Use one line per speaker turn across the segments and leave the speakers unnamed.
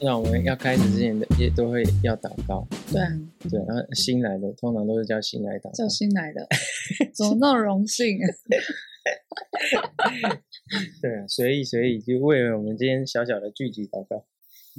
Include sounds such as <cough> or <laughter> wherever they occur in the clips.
那我们要开始之前的也都会要祷告，
对啊，
对，然后新来的通常都是叫新来祷
叫
告，
新来的，怎么那么荣幸？ <laughs>
对啊，所以所以就为了我们今天小小的聚集祷告，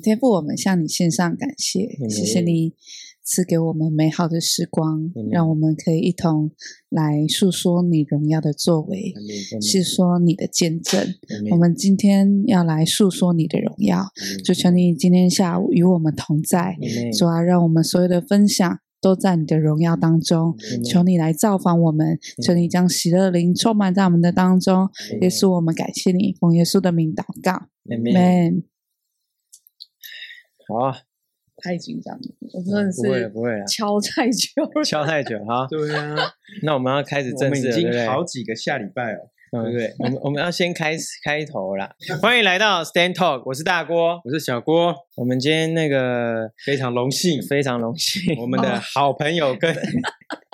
天父，我们向你献上感谢，
Amen
谢谢你赐给我们美好的时光
Amen，
让我们可以一同来诉说你荣耀的作为，是说你的见证。我们今天要来诉说你的荣耀，
嗯
就求你今天下午与我们同在，主啊，让我们所有的分享都在你的荣耀当中。
嗯
求你来造访我们，求你将喜乐灵充满在我们的当中。
嗯
耶稣，我们感谢你，奉耶稣的名祷告，Amen。
好啊，
太紧张了，我真的
嗯不会了啊
是
不会了，
敲太久了。 <laughs>
敲太久哈，
<laughs> 对啊，
那我们要开始
我
正
们已
式了，对不
经
对？
好几个下礼拜哦。
嗯
对不对？
我们我们要先开始开头啦， <laughs> 欢迎来到 Stand Talk，我是大郭，
我是小郭，
我们今天那个
<laughs> 非常荣幸，
非常荣幸，哦
我们的好朋友跟
<laughs>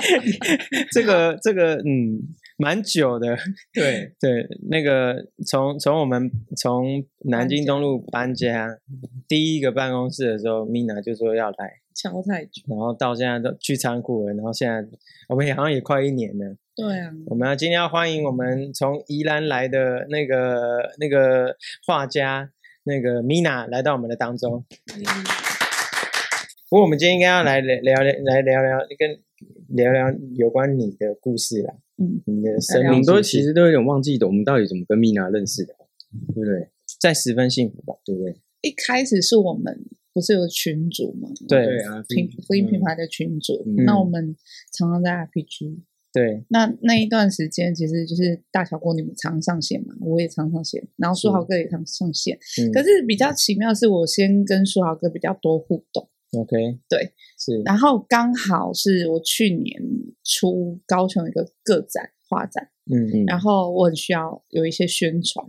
这个这个嗯，蛮久的，
<laughs> 对
对，那个从从我们从南京东路搬家第一个办公室的时候，Mina 就说要来，
敲太久，
然后到现在都去仓库了，然后现在我们也好像也快一年了。
对啊，
我们要今天要欢迎我们从宜兰来的那个那个画家那个 Mina 来到我们的当中。
嗯
不过我们今天应该要来聊聊来聊聊跟聊聊有关你的故事啦，
嗯，
你的
来
生命
聊
我们都
故事
其实都有点忘记的，我们到底怎么跟蜜娜认识的，对不对？
在十分幸福吧，对不对？
一开始是我们不是有群主嘛，
对
啊，
平福音品牌的群主，
嗯
那我们常常在 RPG。
对，
那那一段时间，其实就是大小郭你们常上线嘛，我也常上线，然后书豪哥也常上线。
嗯
可是比较奇妙的是，我先跟书豪哥比较多互动，
，OK，
对，
是，
然后刚好是我去年出高雄一个个展画展，
嗯嗯
然后我很需要有一些宣传，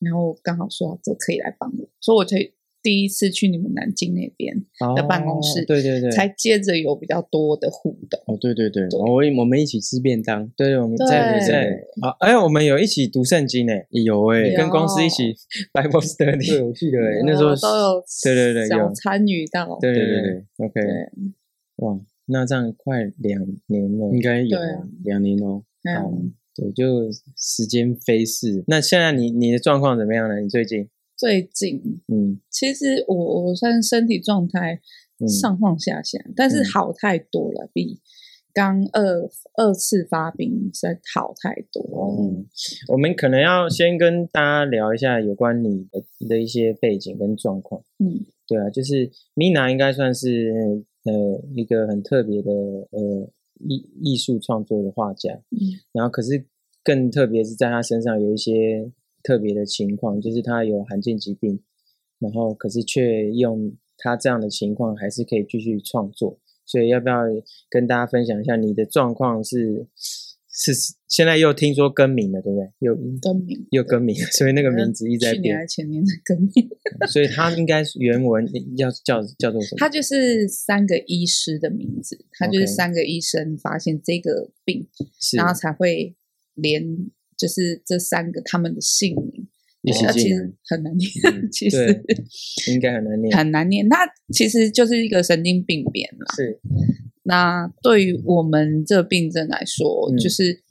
然后刚好说这可以来帮我，所以我才第一次去你们南京那边，的办公室
哦对对对，
才接着有比较多的互动。
哦，对对对，
对
我我们一起吃便当，
对，我们在
对
在
哦
啊，哎，我们有一起读圣经呢，
有哎，
有
跟公司一
<laughs>
起 Bible study，
对，我记得哎，那时
有
候
都有
对对对
小
有
参与到，
对
对
对
对
对，OK，
对
哇，那这样快两年了
应，该
对
有
啊
两年哦，
嗯，
对，就时间飞逝。那现在你你的状况怎么样呢？你最近，
最近
嗯
其实我我算身体状态
嗯
上上下下，但是
嗯
好太多了，比刚二二次发病实在好太多了。
嗯，我们可能要先跟大家聊一下有关你的的一些背景跟状况。
嗯，
对啊，就是 Mina 应该算是呃一个很特别的呃艺艺术创作的画家，
嗯
然后可是更特别是在他身上有一些特别的情况，就是他有罕见疾病，然后可是却用他这样的情况还是可以继续创作，所以要不要跟大家分享一下你的状况是是现在又听说更名了，对不对？又
更名
又更名了，所以那个名字一直在
嗯去年
变
还，前年才更名。
所以他应该原文要叫叫做什么？
他就是三个医师的名字，他就是
OK
三个医生发现这个病，
是
然后才会连就是这三个他们的姓名
一起
那其
进
实
来，
很难念，
嗯
<laughs> 其
对
实
应该很难念。
很难念。那其实就是一个神经病变啦。
是，
那对于我们这病症来说，
嗯
就是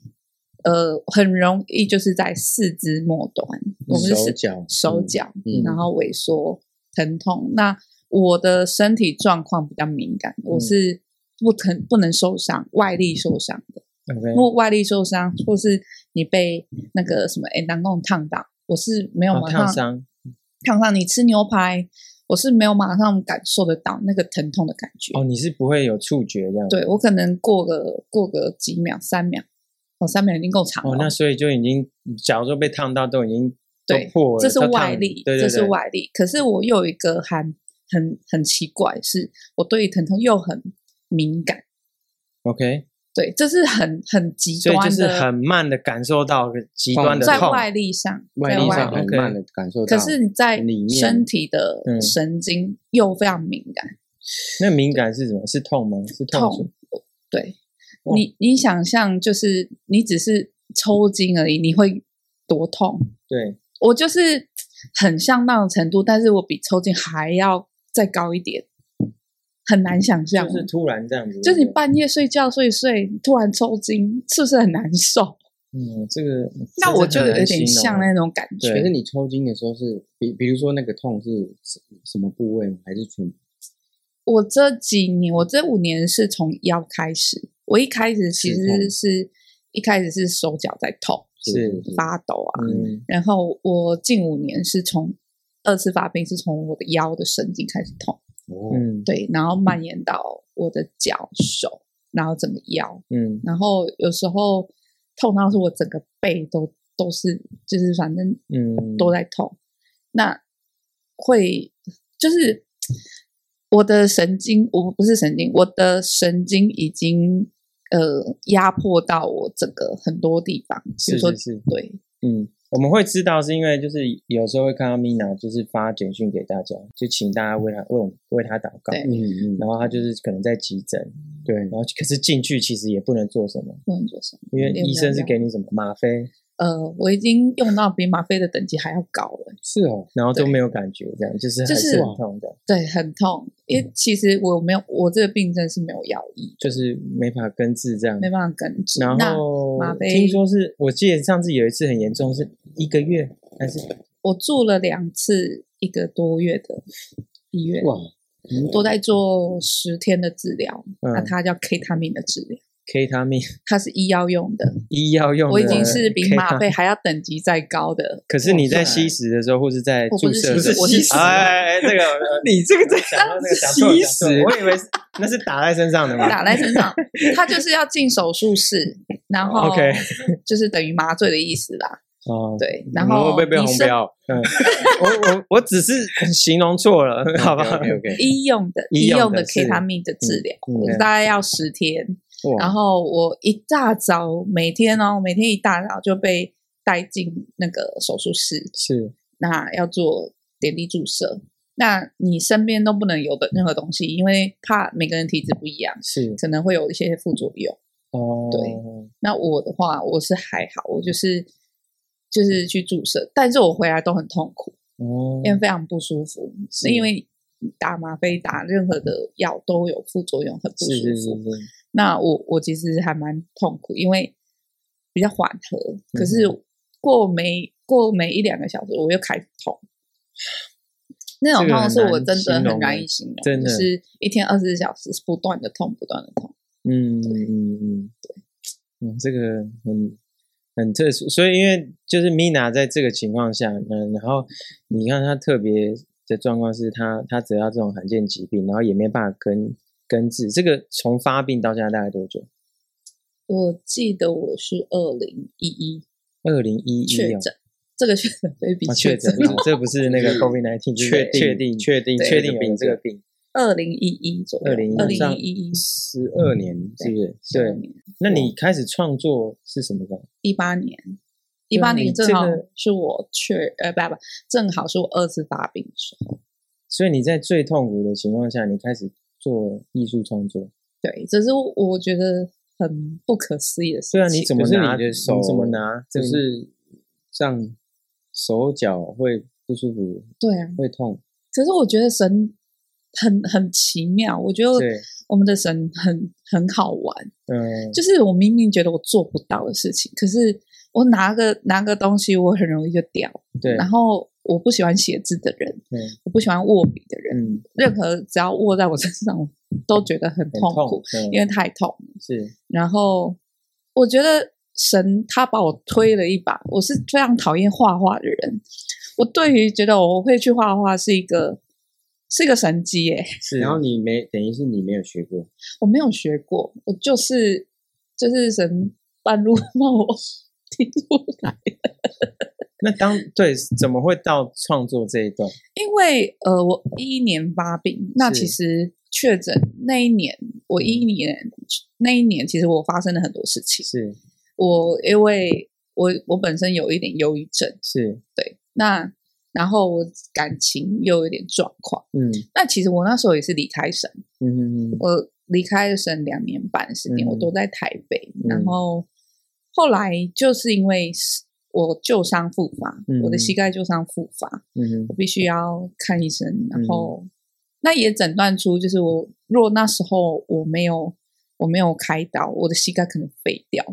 呃很容易就是在四肢末端，我们
手
是
脚
手脚，
嗯
然后萎缩、疼痛。那我的身体状况比较敏感，
嗯
我是不疼不能受伤，外力受伤的。
OK，
如果外力受伤，或是你被那个什么诶南宫烫到，我是没有
哦
马上、
烫伤，
烫伤。你吃牛排，我是没有马上感受得到那个疼痛的感觉。
哦，你是不会有触觉这样，，
对我可能过个过个几秒，三秒，哦，三秒已经够长了。
哦，那所以就已经，假如说被烫到都已经都
对
破了，
这是
都烫
外力，
对对
这是
对，
外力。可是我又有一个很很很奇怪，是我对于疼痛又很敏感。
OK，
对，这是很很极
所以就
端
是
的，
很慢的感受到极端的
在
痛，
外力上，
外
在
力
力
上
上
很
OK
慢的感受到，
可是你在
里面
身体的
嗯
神经又非常敏感，
那敏感是什么？是痛吗？是痛楚
痛。对
哦
你，你想象就是你只是抽筋而已，你会多痛？
对，
我就是很像那种程度，但是我比抽筋还要再高一点，很难想象。
就是突然这样子，
就是你半夜睡觉睡一睡，突然抽筋，是不是很难受？
嗯，这个
那我就有点
哦啊
像那种感觉。
可是你抽筋的时候是，比比如说那个痛是什么部位吗？还是全部？
我这几年，我这五年是从腰开始。我一开始其实是一开始是手脚在痛，
是
发抖啊。
嗯
然后我近五年是从二次发病，是从我的腰的神经开始痛，
哦，
嗯
对，然后蔓延到我的脚、手，然后整个腰，
嗯
然后有时候痛到是我整个背都都是，就是反正
嗯，
都在痛。那会就是我的神经，我不是神经，我的神经已经呃压迫到我整个很多地方，比如
是
说
是是，
对，
嗯，我们会知道是因为就是有时候会看到 Mina 就是发简讯给大家，就请大家为她为我们为她祷告，
对
嗯嗯，
然后她就是可能在急诊，
对，
然后可是进去其实也不能做什么，
不能做什么。
因为
没有
医生
没
是
有
给你什么吗啡，
呃，我已经用到比吗啡的等级还要高了，
是哦，
然后都
对
没有感觉，这样就是
就
还
是
是很痛的，
对，很痛。因
嗯
为其实我没有，我这个病症是没有药医，
就是没法根治这样
没。办法根治。
然
那
后
吗啡
听说是我记得上次有一次很严重，是一个月还是
我住了两次一个多月的医院，
<laughs>
哇，
都在做十天的治疗，那
嗯
它叫 K 他命的治疗，
K 他命
它是医药用的。
医药用的 Ketamine？
我已经是比吗啡还要等级再高的，
可是你在
哇
吸食的时候，或是在
我不
注
是
射的时
吸食
候，
我是吸食
哎，哎哎这
<laughs>
个
你这个在
讲到那个讲错了
吸
讲错了
食
我以为是那是打在身上
嗯
的嘛。
打在身上，它就是要进手术室，然后
OK
就是等于麻醉的意思啦。
哦，
对，然
我
后
嗯会不会被
医
红
生
标？
嗯，我我我只是形容错了，好吧？
，OK OK， <laughs>
医用的
医
医
用的
用的
是
K 他命的治疗，
嗯
大概要十天。然
哇，
后我一大早每天哦，每天一大早就被带进那个手术室，
是
那要做点滴注射。那你身边都不能有的任何东西，因为怕每个人体质不一样，
是
可能会有一些副作用。
哦，
对那我的话，我是还好，我就是就是去注射，但是我回来都很痛苦，
哦，
因为非常不舒服，是因为打吗啡、打任何的药都有副作用，很不舒服。
是是是是，
那我我其实还蛮痛苦，因为比较缓和，可
嗯
是过没、过没一两个小时，我又开始痛。那种
这个
痛
很
是我
难
真
形
的很
容
难
欸
以形容，
真的
就是一天二十四小时是不断的痛，不断的痛。
嗯嗯嗯嗯，对，嗯，这个很很特殊，所以因为就是 Mina 在这个情况下，嗯，然后你看她特别的状况是她她得到这种罕见疾病，然后也没办法根根治，这个从发病到现在大概多久？
我记得我是二零一一
二零一
确
一哦。
诊，这个确诊 <laughs> baby
啊，确
确
诊
诊，
了，这不是那个 <laughs> COVID nineteen，
确定
确定
确定
你确
确
定
定
有
病
这个病，
二零一一左右，二
2011
零一一
十二年是不是？
嗯对。那你开始创作是什么时候？
一八年，一
对啊
八
你
年
这
正好
个
是我确呃不不，正好是我二次发病的时候。
所以你在最痛苦的情况下，你开始做艺术创作。
对，这是我觉得很不可思议的事情。
对啊，你怎么
可是
拿？
你的手
怎么拿？这
就
个
是让手脚会不舒服，
对啊？
会痛。
可是我觉得神很很奇妙，我觉得
对，
我们的神很很好玩。
嗯，
就是我明明觉得我做不到的事情，可是我拿个拿个东西，我很容易就掉。
对，
然后我不喜欢写字的人，
对
我不喜欢握笔的人，
嗯，
任何只要握在我身上，我都觉得很
很
痛
痛
苦，，因为太痛。
嗯是
然后我觉得神他把我推了一把，我是非常讨厌画画的人。我对于觉得我会去画画是一个是一个神机耶，
是，
然后你没，等于是你没有学过，
我没有学过，我就是就是神半路 <laughs> 让我听出来，
那当对怎么会到创作这一段？
因为呃我一一年发病，
是
那
嗯
其实确诊那一年，我一一年那一年其实我发生了很多事情，
是
我因为我我本身有一点忧郁症。
是，
对，那然后我感情又有点状况。
嗯
那其实我那时候也是离开省，
嗯嗯嗯，
我离开了省两年半的时间，
嗯
我都在台北。
嗯
然后后来就是因为是我旧伤复发，
嗯
我的膝盖旧伤复发，
嗯嗯嗯
我必须要看医生，然后那也诊断出，就是我若那时候我没有我没有开刀，我的膝盖可能废掉。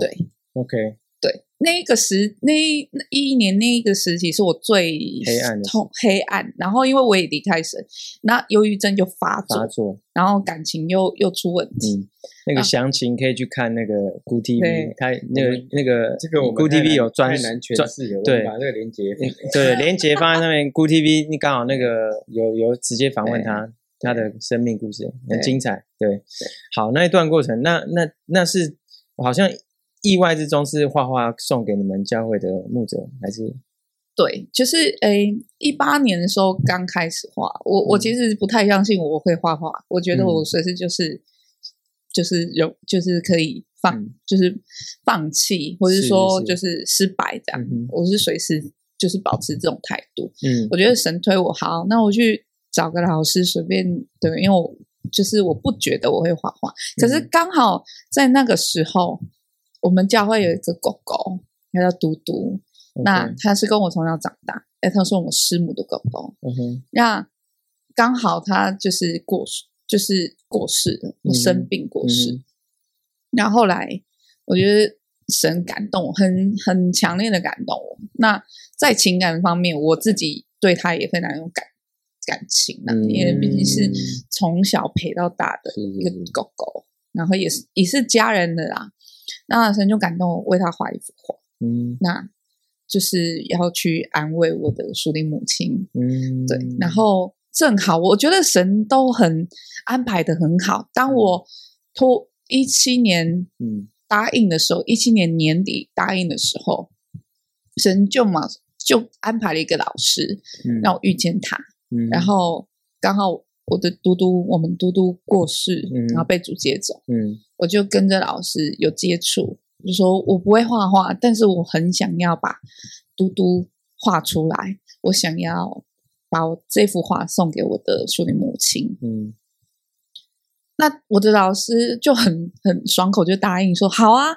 对
OK，
对，那一个时那一那一年那一个时期是我最
黑暗的时
痛黑暗，然后因为我也离开神，那忧郁症就发
发
作，
作，
然后感情又又出问题。
嗯，那个
啊
详情可以去看那个 g o o TV，
对
它那个那个
这个我们
g o o
太难
TV 有专
太难
专
诠释了，我
对
们把这个连接
<laughs>
对，连杰放在上面。Good TV，你刚好那个有有直接访问他，他的生命故事很
对
精彩。对，好那一段过程，那那那是好像意外之中是画画送给你们教会的牧者，还是
对，就是诶，一八年的时候刚开始画，我、
嗯
我其实不太相信我会画画，我觉得我随时就是、就是有就是可以放、
嗯
就是放弃，或
是
是
是
说
是
就是失败这样，
嗯
我是随时就是保持这种态度。
嗯
我觉得神推我好，那我去找个老师随便对，因为我就是我不觉得我会画画，可是
嗯
刚好在那个时候，我们教会有一个狗狗，它叫嘟嘟，
嗯
那
OK，
它是跟我从小长大，哎，它是我师母的狗狗，
嗯哼
那刚好它就是过世，就是过世了，
嗯
生病过世，
嗯
然后后来我觉得神感动我，很很强烈的感动我。那在情感方面，我自己对他也非常有感感情啦，
嗯
因为毕竟是
嗯
从小陪到大的
是
一个
是
狗狗，然后也是也是家人的啦。那神就感动我，为他画一幅画，
嗯
那就是要去安慰我的属灵母亲。
嗯，
对，然后正好我觉得神都很安排的很好。当我拖一七年
嗯
答应的时候，一七年年底答应的时候，神就马就安排了一个老师
嗯，
让我遇见他，
嗯
然后刚好我的嘟嘟，我们嘟嘟过世，
嗯
然后被主接走，
嗯
我就跟着老师有接触，就说我不会画画，但是我很想要把嘟嘟画出来，我想要把我这幅画送给我的树林母亲，
嗯
那我的老师就很很爽口，就答应说好啊，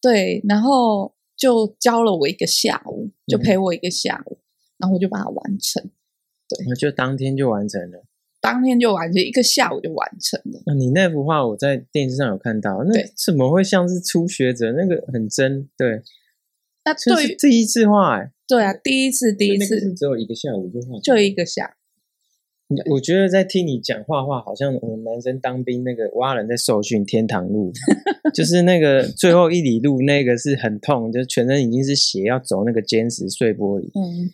对，然后就教了我一个下午，
嗯
就陪我一个下午，然后我就把它完成，
那就当天就完成了。
当天就完成，一个下午就完成了。
那你那幅画我在电视上有看到，那
对
怎么会像是初学者？那个很真，对，
那
这
对
是
于
第一次画哎。
对啊，第一次第一
那个
次
是只有一个下午就画出
就
来，
一个下午，
我觉得在听你讲画画，好像我们男生当兵那个蛙人在受训天堂
<laughs>
路，就是那个最后一里路那个是很痛，就是全身已经是血，要走那个坚实碎玻璃，
嗯，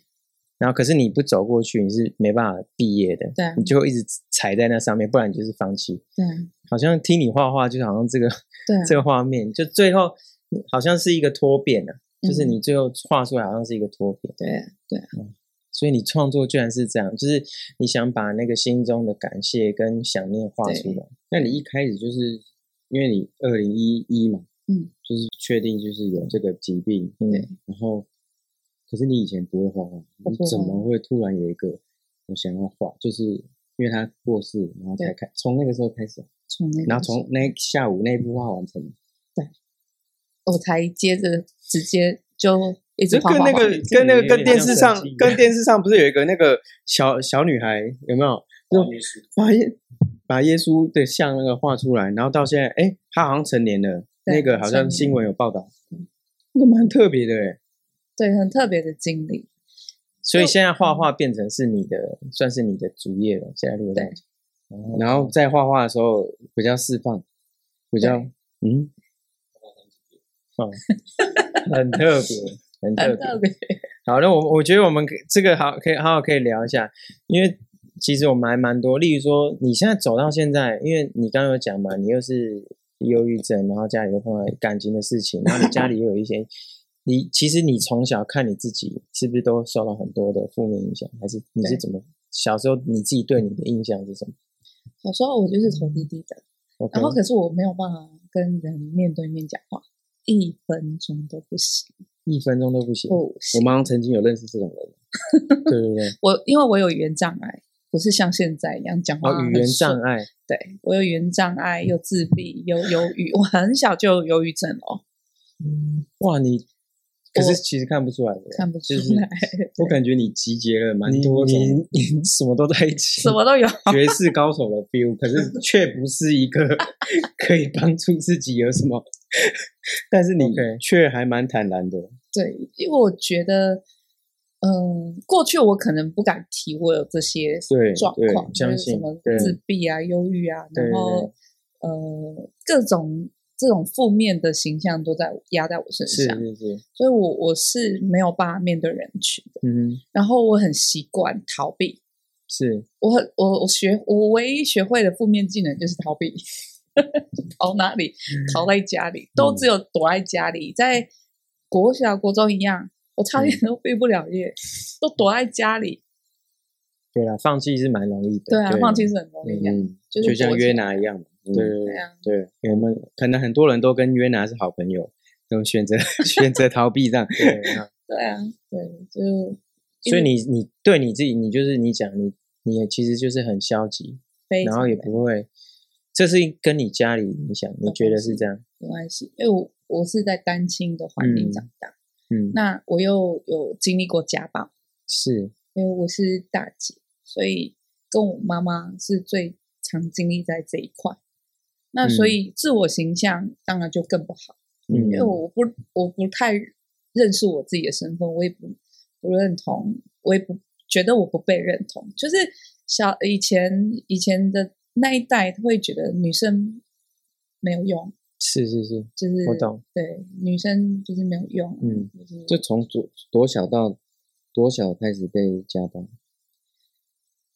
然后可是你不走过去，你是没办法毕业的，
对啊
你就会一直踩在那上面，不然你就是放弃。
对啊
好像听你画画，就好像这个、 <laughs>
对啊
这个画面，就最后好像是一个脱变啊，就是
嗯
你最后画出来好像是一个脱变。
对啊
所以你创作居然是这样，就是你想把那个心中的感谢跟想念画出来。
那你一开始就是因为你二零一一嘛，
嗯，
就是确定就是有这个疾病，
嗯
对
然后可是你以前不会画画，
我
你
不会
怎么会突然有一个我想要画？就是因为他过世，然后才
对
开从那个时候开始，啊
从那个
然后从那下午那一部画完成，
我才接着直接就一直
就
画
跟
画
那
画
个
这个
跟那
有
个跟
点
电
像
视
神
上
经
跟电视上不是有一个那个小小女孩有没有？
哦
就把耶把耶稣的像那个画出来，然后到现在，哎，她好像成年了，
对
那个好
成
像
年
新闻有报道，嗯那蛮特别的哎。
对很特别的经历，
所以现在画画变成是你的，算是你的主业了。现在如果这样讲，哦
然后在画画的时候比较释放，比较嗯，哦
<laughs> 很特别，很特
很
别
特。别，
好，那我我觉得我们可这个好可以好好可以聊一下，因为其实我们还蛮多，例如说你现在走到现在，因为你刚刚有讲嘛，你又是忧郁症，然后家里又碰到感情的事情，然后你家里又有一些，你其实你从小看你自己是不是都受到很多的负面影响，还是你是
对嗯
怎么小时候你自己对你的印象是什么
小时候我就是头低低的，
？OK，
然后可是我没有办法跟人面对面讲话，一分钟都不行，
一分钟都不行，
不
我
行。
妈妈曾经有认识这种人，
对对对，
我因为我有语言障碍，不是像现在一样讲话、
哦，语言障
碍。
碍，
对我有语言障碍，又自闭，又忧郁。我很小就有忧郁症哦。
哇，你
可是其实看不出来的，
看不出
就是
来，
我感觉你集结了蛮多种，你什么都在一起，
什么都有。
绝世高手的 feel，可是却不是一个 <laughs> 可以帮助自己有什么。
但是你
OK
却还蛮坦然的，
对，因为我觉得，嗯，过去我可能不敢提我有这些
对
状
对
况，就
相
是什
信
么
对
自闭啊、忧郁啊，
对对
然后呃各种这种负面的形象都在压在我身
是
上，
是是，
所以我我是没有办法面对人群的，
嗯哼，
然后我很习惯逃避。
是
我很我我学我唯一学会的负面技能就是逃避，逃哪里？逃在家里，都只有躲在家里。在国小、国中一样，我差点都毕不了业，都躲在家里。
对啦，放弃是蛮容易的。
对啊，放弃是很容易的，
嗯，
就是
就像
国
约
际
拿一样嘛，嗯
对
对啊，
对，我们可能很多人都跟约拿是好朋友，都选
<laughs>
择选择逃避这样。
对啊，
对啊，对，就
所以你你对你自己，你就是你讲你你也其实就是很消极，
非
然
常
后也
的
不会，这是跟你家里影响，你觉得是这样？
没关系，因为我我是在单亲的环境
嗯
长大，
嗯，
那我又有经历过家暴，
是
因为我是大姐，所以跟我妈妈是最常经历在这一块。那所以自我形象当然就更不好，
嗯
因为我不我不太认识我自己的身份，我也不不认同，我也不觉得我不被认同。就是小以前以前的那一代会觉得女生没有用，
是是是，
就是
我懂，
对女生就是没有用，
嗯，
就是
就从多多小到多小开始被家暴，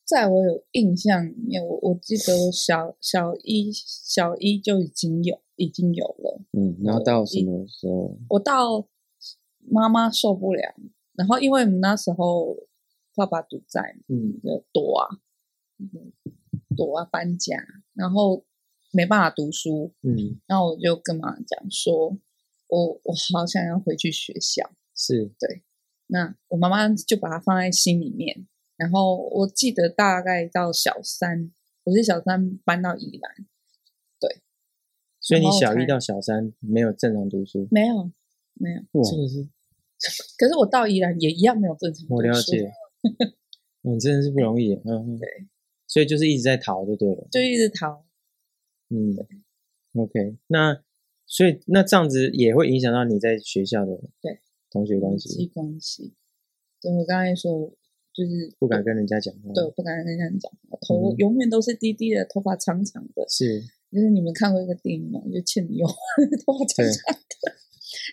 在我有印象里面，我我记得我小小一小一就已经有已经有了。
嗯，然后到什
呃一
么时候？
嗯
我到妈妈受不了，然后因为我们那时候爸爸赌债嘛，
嗯，
就躲啊，嗯躲啊搬家，然后没办法读书，
嗯，
然后我就跟妈妈讲说，我我好想要回去学校。
是
那我妈妈就把它放在心里面。然后我记得大概到小三，我是小三搬到宜兰，
所以你
然后
小一
才
到小三没有正常读书，
没有没有。
哇
这个是
<laughs> 可是我到宜兰也一样没有正常
我
读
了
书
解， <laughs> 你真的是不容易，嗯，嗯
对，
所以就是一直在逃就对了，
就一直逃。
嗯，OK，那所以那这样子也会影响到你在学校的
对嗯
同学关
人际
系，
关系。对我刚才说，就是
不敢跟人家讲话，
对，我不敢跟人家讲，我头
嗯
永远都是低低的，头发长长的。
是
就是你们看过一个电影嘛，就《倩女幽魂》， <laughs> 头发长
对
长的。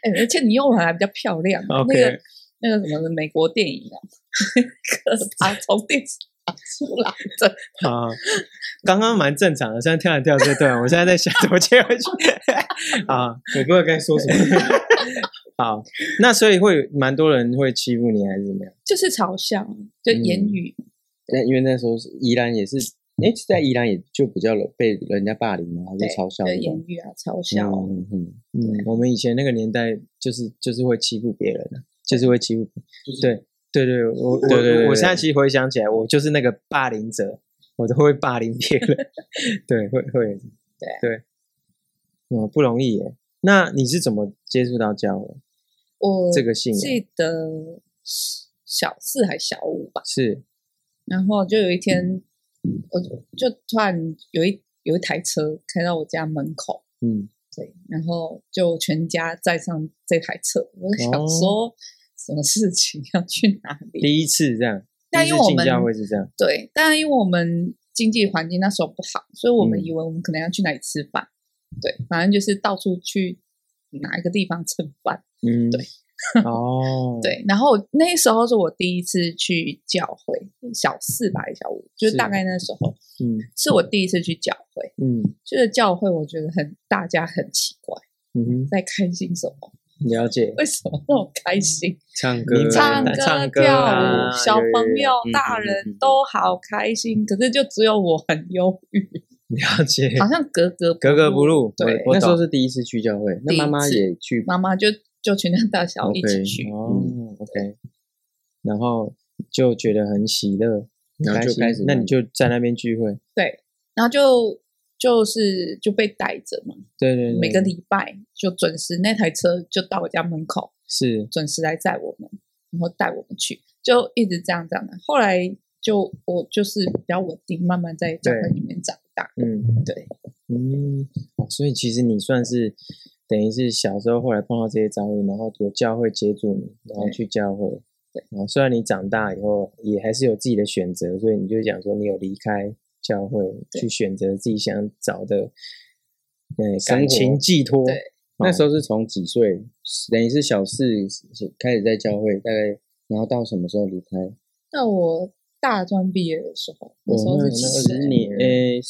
哎、而倩女幽魂还比较漂亮啊、那个
OK，
那个什么美国电影啊， <laughs> 可是
<laughs>
他从电视打出来的，
啊，刚刚蛮正常的，虽然跳来跳去，对我现在在想怎么切回去 <laughs> 啊，
我不知道该说什么。
好，那所以会有蛮多人会欺负你还是怎么样？
就是嘲笑，啊就言
嗯
语。
那因为那时候是宜兰也是，哎，在宜兰也就比较被人家霸凌嘛，还
对
是嘲笑
对
那
言
种
语啊，嘲笑，
嗯嗯
嗯，我们以前那个年代就是就是会欺负别人啊，就是会欺负，对对对，我我
对对对
我我现在其实回想起来，啊我就是那个霸凌者，我都会霸凌
<laughs>
别人，对，会会，
对啊
对，嗯，不容易耶。那你是怎么接触到教会
我
这个啊信仰？
记得小四还小五吧，
是
然后就有一天，我就突然有一有一台车开到我家门口，
嗯，
对，然后就全家载上这台车，我就想
哦
说、什么事情 <laughs> 要去哪里？
第一次这样，
那
第一
因为
次
我
进
们
教会是这样，
对，但因为我们经济环境那时候不好，所以我们
嗯
以为我们可能要去哪里吃饭，对，反正就是到处去哪一个地方蹭饭，
嗯，
对，<laughs>
哦，，
对。然后那时候是我第一次去教会，小四吧，还是小五，就是
是
大概那时候
嗯
是我第一次去教会。
嗯
就是教会，我觉得很大家很奇怪，
嗯哼，
在开心什么？ <laughs>
了解，
为什么那么开心？
唱歌
明白
唱歌、
了嗯唱歌
跳
啊
舞，小
有有
朋
有
友、
嗯
大
嗯嗯
人
嗯
都好开心，可是就只有我很忧
<laughs>
郁。
了解，
好像格格
格格不入，
对
我
那时候
懂
是第一次去教会，那
第一
妈妈
次
也去
妈妈就就全家大小一起
OK，
去
哦，OK，然后就觉得很喜乐，很
然后
开
就
心
开始
那
那
你就在那边聚会，
对，然后就就是就被逮着嘛，
对对对，
每个礼拜就准时那台车就到我家门口，
是
准时来载我们，然后带我们去，就一直这样这样的。后来就我就是比较稳定，慢慢在教会里面长大。
嗯
对，
嗯，哦所以其实你算是等于是小时候后来碰到这些遭遇，然后有教会接住你，然后
对
去教会。
对，
然后虽然你长大以后也还是有自己的选择，所以你就讲说你有离开教会，
对
去选择自己想找的，呃，
生
感情
活
寄托。
对
那时候是从几岁，等于是小四开始在教会，大概然后到什么时候离开？
那我大专毕业的时候，那时候
哦那
是
那
几
二
岁
十？年，
诶、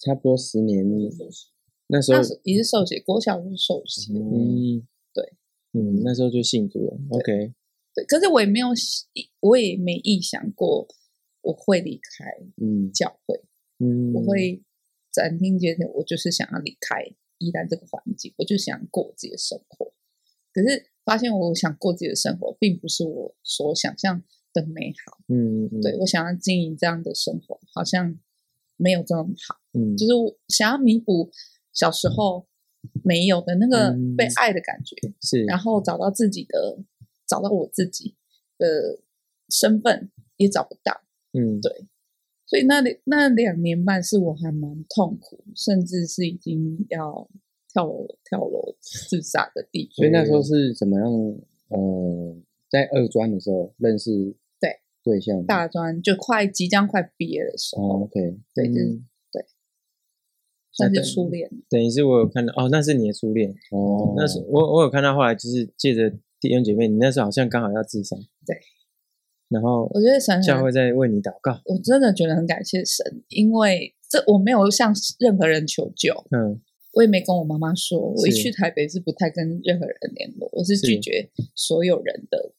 差不多十年，那时候
那时候也是受洗，国小就是受洗。
嗯，
对，
嗯，那时候就信主了。OK，
对，可是我也没有，我也没意想过我会离开
嗯，
教会，
嗯，
我会斩钉截铁，我就是想要离开依然这个环境，我就想过我自己的生活。可是发现我想过自己的生活，并不是我所想象的美好。
嗯，嗯，
对我想要经营这样的生活，好像没有这么好，
嗯，
就是我想要弥补小时候没有的那个
嗯
被爱的感觉。
是，
然后找到自己的，找到我自己的身份也找不到，
嗯，
对，所以那里那两年半是我还蛮痛苦，甚至是已经要跳楼跳楼自杀的地步
所以。那时候是怎么样？呃，在二专的时候认识
对
对象吗，
大专就快即将快毕业的时
哦
候，
，OK，
对，就是
嗯
对，算
那
是
等
初恋了。
等于是我有看到哦，那是你的初恋，
哦，
嗯那是我我有看到后来就是借着弟兄姐妹，你那时候好像刚好要自杀，
对，嗯
然后
我觉得神
教
很
会在为你祷告，
我真的觉得很感谢神，因为这我没有向任何人求救，
嗯
我也没跟我妈妈说，我一
是
去台北是不太跟任何人联络，我是拒
是
绝所有人的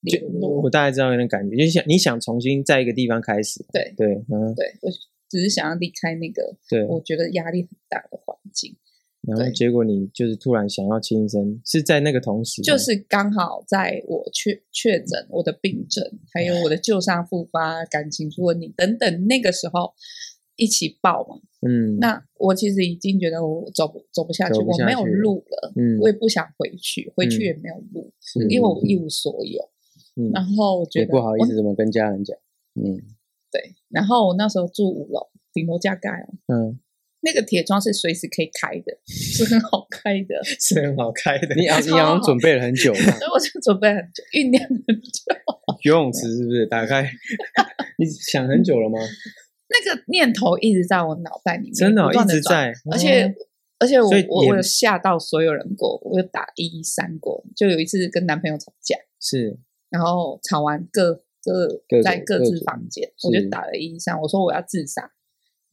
联
我
络
我。大概知道有点感觉，就是想你想重新在一个地方开始，
对
对，嗯
对我只是想要离开那个
对，
我觉得压力很大的环境，
然后
对
结果你就是突然想要轻生，是在那个同时吗，
就是刚好在我确确诊我的病症，还有我的旧伤复发、感情出问题等等那个时候一起爆嘛。
嗯，
那我其实已经觉得我走不走不下去，
走不下
我没有
去了
路了，
嗯
我也不想回去，回去
嗯
也没有路，
是
因为我一无所有。
嗯
然后我觉
也
得
不好意
我
思怎么跟家人讲，嗯，
对，然后我那时候住五楼，顶楼加盖哦，
嗯
<laughs> 那个铁窗是随时可以开的，是很好开的，
是很好开的，啊
你好，你
超
好像
好
准备了很久嘛，
所以我就准备很久，酝酿很久。
游泳池是不是？打
<laughs>
开，你想很久了吗？
那个念头一直在我脑袋里面，
真的哦
不断
一
地
直
转，
在，
而且。
哦
而且我
所以
我
也
我有吓到所有人过，我有打一一三过。就有一次跟男朋友吵架，
是
然后吵完各各
各
在
种
各
各
自
种
房间，我
是
就打了一一三，我说我要自杀，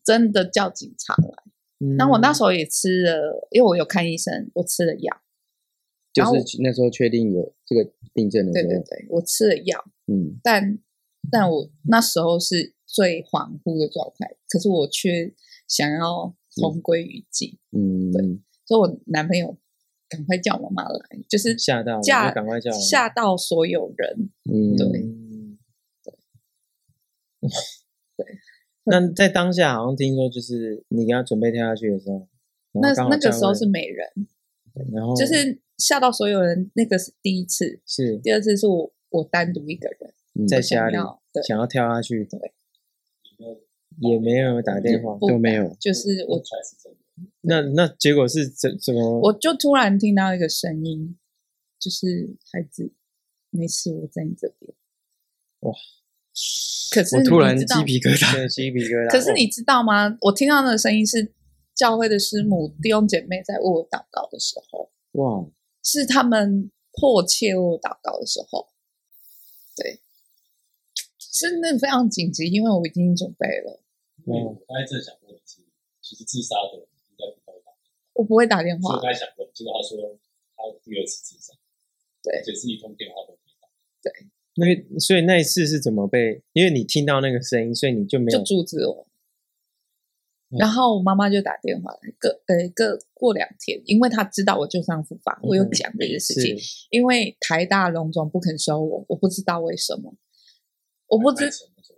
真的叫警察来。
嗯
然后我那时候也吃了，因为我有看医生，我吃了药。
就
然后
是那时候确定有这个病
嗯
症的
对
时
对
候，
对，我吃了药，
嗯，
但但我那时候是最恍惚的状态，可是我却想要同归于尽，
嗯，嗯，
所以我男朋友赶快叫我妈妈来，就是
吓到了，
吓
就赶快叫我
吓到所有人。
嗯，
对
嗯，那在当下好像听说，就是你给他准备跳下去的时候，然后
那
哦刚好哦
那
教
个时候
会
是，没人，
然后
就是吓到所有人，那个是第一次，
是
第二次是我我单独一个人
嗯
在
我想
家里
要对
想要跳下去，
对，
也没有打电话，
不
都没有
敢就是
哦
我
那那结果是怎怎么？
我就突然听到一个声音，就是孩子，没事，我在你这边。
哇！
可是
我突然
你知道
鸡，皮疙瘩，
对鸡皮疙瘩，
可是
哦
你知道吗？我听到那个声音是教会的师母弟兄姐妹在为我祷告的时候，
哇，哦
是他们迫切为我祷告的时候。对，是那非常紧急，因为我已经准备了，
因
哦
为我刚才正想问的是，其实自杀的人应该不会打，
我不会打电
所以
话
我。刚才想问，结果他说他第二次自杀，
对
而且是一通电话都没打，
因为所以那一次是怎么被？因为你听到那个声音，所以你就没有
就阻止我。
嗯
然后我妈妈就打电话来，隔呃隔过两天，因为她知道我旧伤复发，我有
嗯
讲这件事情。
是
因为台大龙总不肯收我，我不知道为什么，我不知 <laughs>
什么时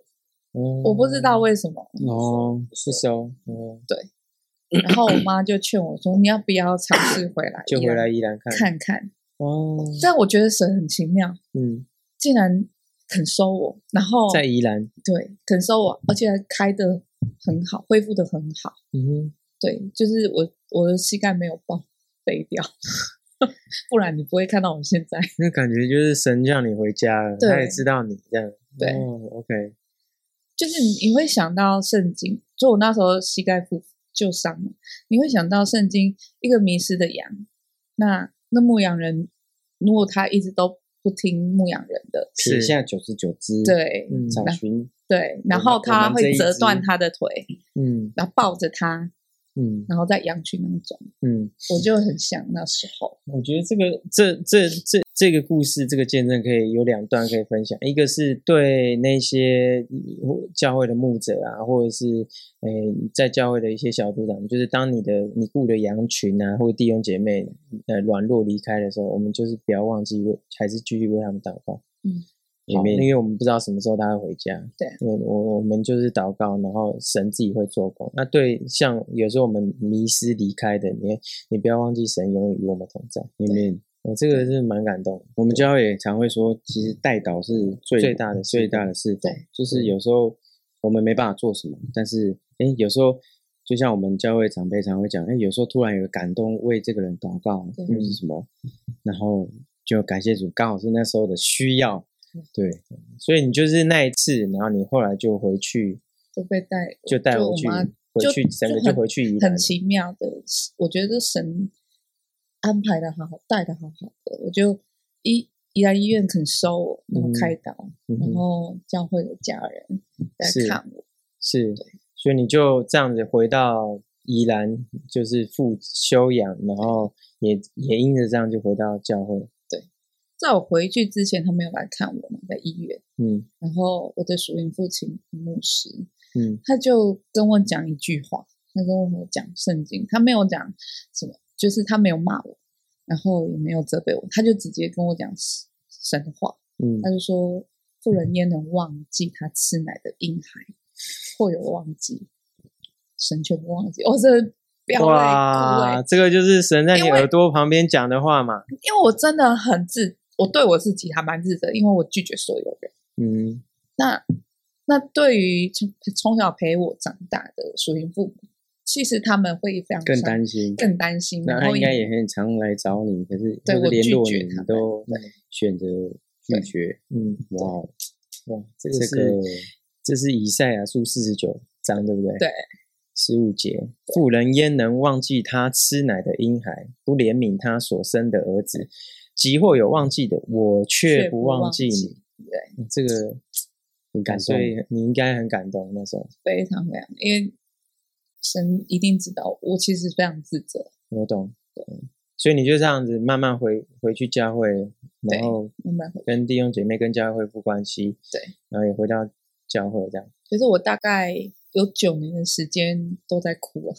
候
我哦
我不知道为什么，
哦，是收，嗯，
然后我妈就劝我说：“你要不要尝试回来？
就回来宜兰看
看看。
哦，”
但我觉得神很奇妙，
嗯，
竟然肯收我，然后
在宜兰，
对肯收我，而且还开的很好，恢复的很好。
嗯哼，
对，就是我我的膝盖没有爆飞掉， <laughs> 不然你不会看到我现在。
那感觉就是神让你回家了，
对
他也知道你这样，
对
哦，OK，
就是你会想到圣经，就我那时候膝盖复旧伤嘛，你会想到圣经一个迷失的羊，那那牧羊人如果他一直都不听牧羊人的，
是
撇下九十九只，，
对、
嗯
找寻，
对，然
我们
后他
我们这
会
一
折
支
断他的腿，
嗯
然后抱着他，
嗯
然后在羊群当中，
嗯，
我就很想那时候，
我觉得这个这这这这个故事，这个见证可以有两段可以分享，一个是对那些嗯教会的牧者啊，或者是诶、呃在教会的一些小组长，就是当你的你雇的羊群啊，或弟兄姐妹呃软弱离开的时候，我们就是不要忘记为，还是继续为他们祷告。
嗯，
好，
Amen
因为我们不知道什么时候他会回家。
对
因为我我们就是祷告，然后神自己会做工。那对像有时候我们迷失离开的，你你不要忘记神永远与我们同在。
里面
我这个是蛮感动的，
我们教会也常会说，其实代祷是最
最大的事
最大的事奉
对，
就是有时候我们没办法做什么，但是哎，诶有时候就像我们教会长辈常会讲，哎，有时候突然有个感动，为这个人祷告，
对
嗯
或是什么，然后就感谢主，刚好是那时候的需要，对，
所以你就是那一次，然后你后来就回去，
就被带
就带
我
回去
妈，
回
就
去整个
就
就
很
回去宜兰
很。奇妙的，我觉得神安排的好好，带的好好的，我就医宜兰医院肯收我，然后
嗯
开刀，
嗯
然
哼，
后教会的家人来
是
看我，
是，所以你就这样子回到宜兰，就是复修养，然后也也因着这样就回到教会。
在我回去之前，他没有来看我嘛，在医院。
嗯
然后我的属灵父亲牧师，
嗯
他就跟我讲一句话，他跟我讲圣经，他没有讲什么，就是他没有骂我，然后也没有责备我，他就直接跟我讲神的话。
嗯
他就说：“富人焉能忘记他吃奶的婴孩，或有忘记，神却不忘记。哦”我真的飙泪哭
哇，
欸
这个就是神在你
因为
耳朵旁边讲的话嘛。
因为我真的很自，我对我自己还蛮自责，因为我拒绝所有人。
嗯
那那对于从从小陪我长大的属灵父母，其实他们会非常
更
伤
担心，
更担心，
那
然
他
后
应该也很常来找你，可是
对
或者
我
联
拒
络
绝
你，
他
你
们
都
对
选择拒
对
绝。
嗯，
哇哦，
哇，这个
这
是、
个
这是以赛亚书四十九章，对不对？
对，
十五节，妇人焉能忘记他吃奶的婴孩，不怜悯他所生的儿子？即或有忘记的，我却
却
不
不
忘
忘
记你。
记，对。
嗯这个
很感动
所，以你应该很感动那时候，
非常非常，因为神一定知道我其实非常自责，
我懂。嗯所以你就这样子慢慢回回去教会，然
对
后
慢慢会。
跟弟兄姐妹、跟教会恢复关系，
对，
然后也回到教会这样。
可是我大概有九年的时间都在哭了，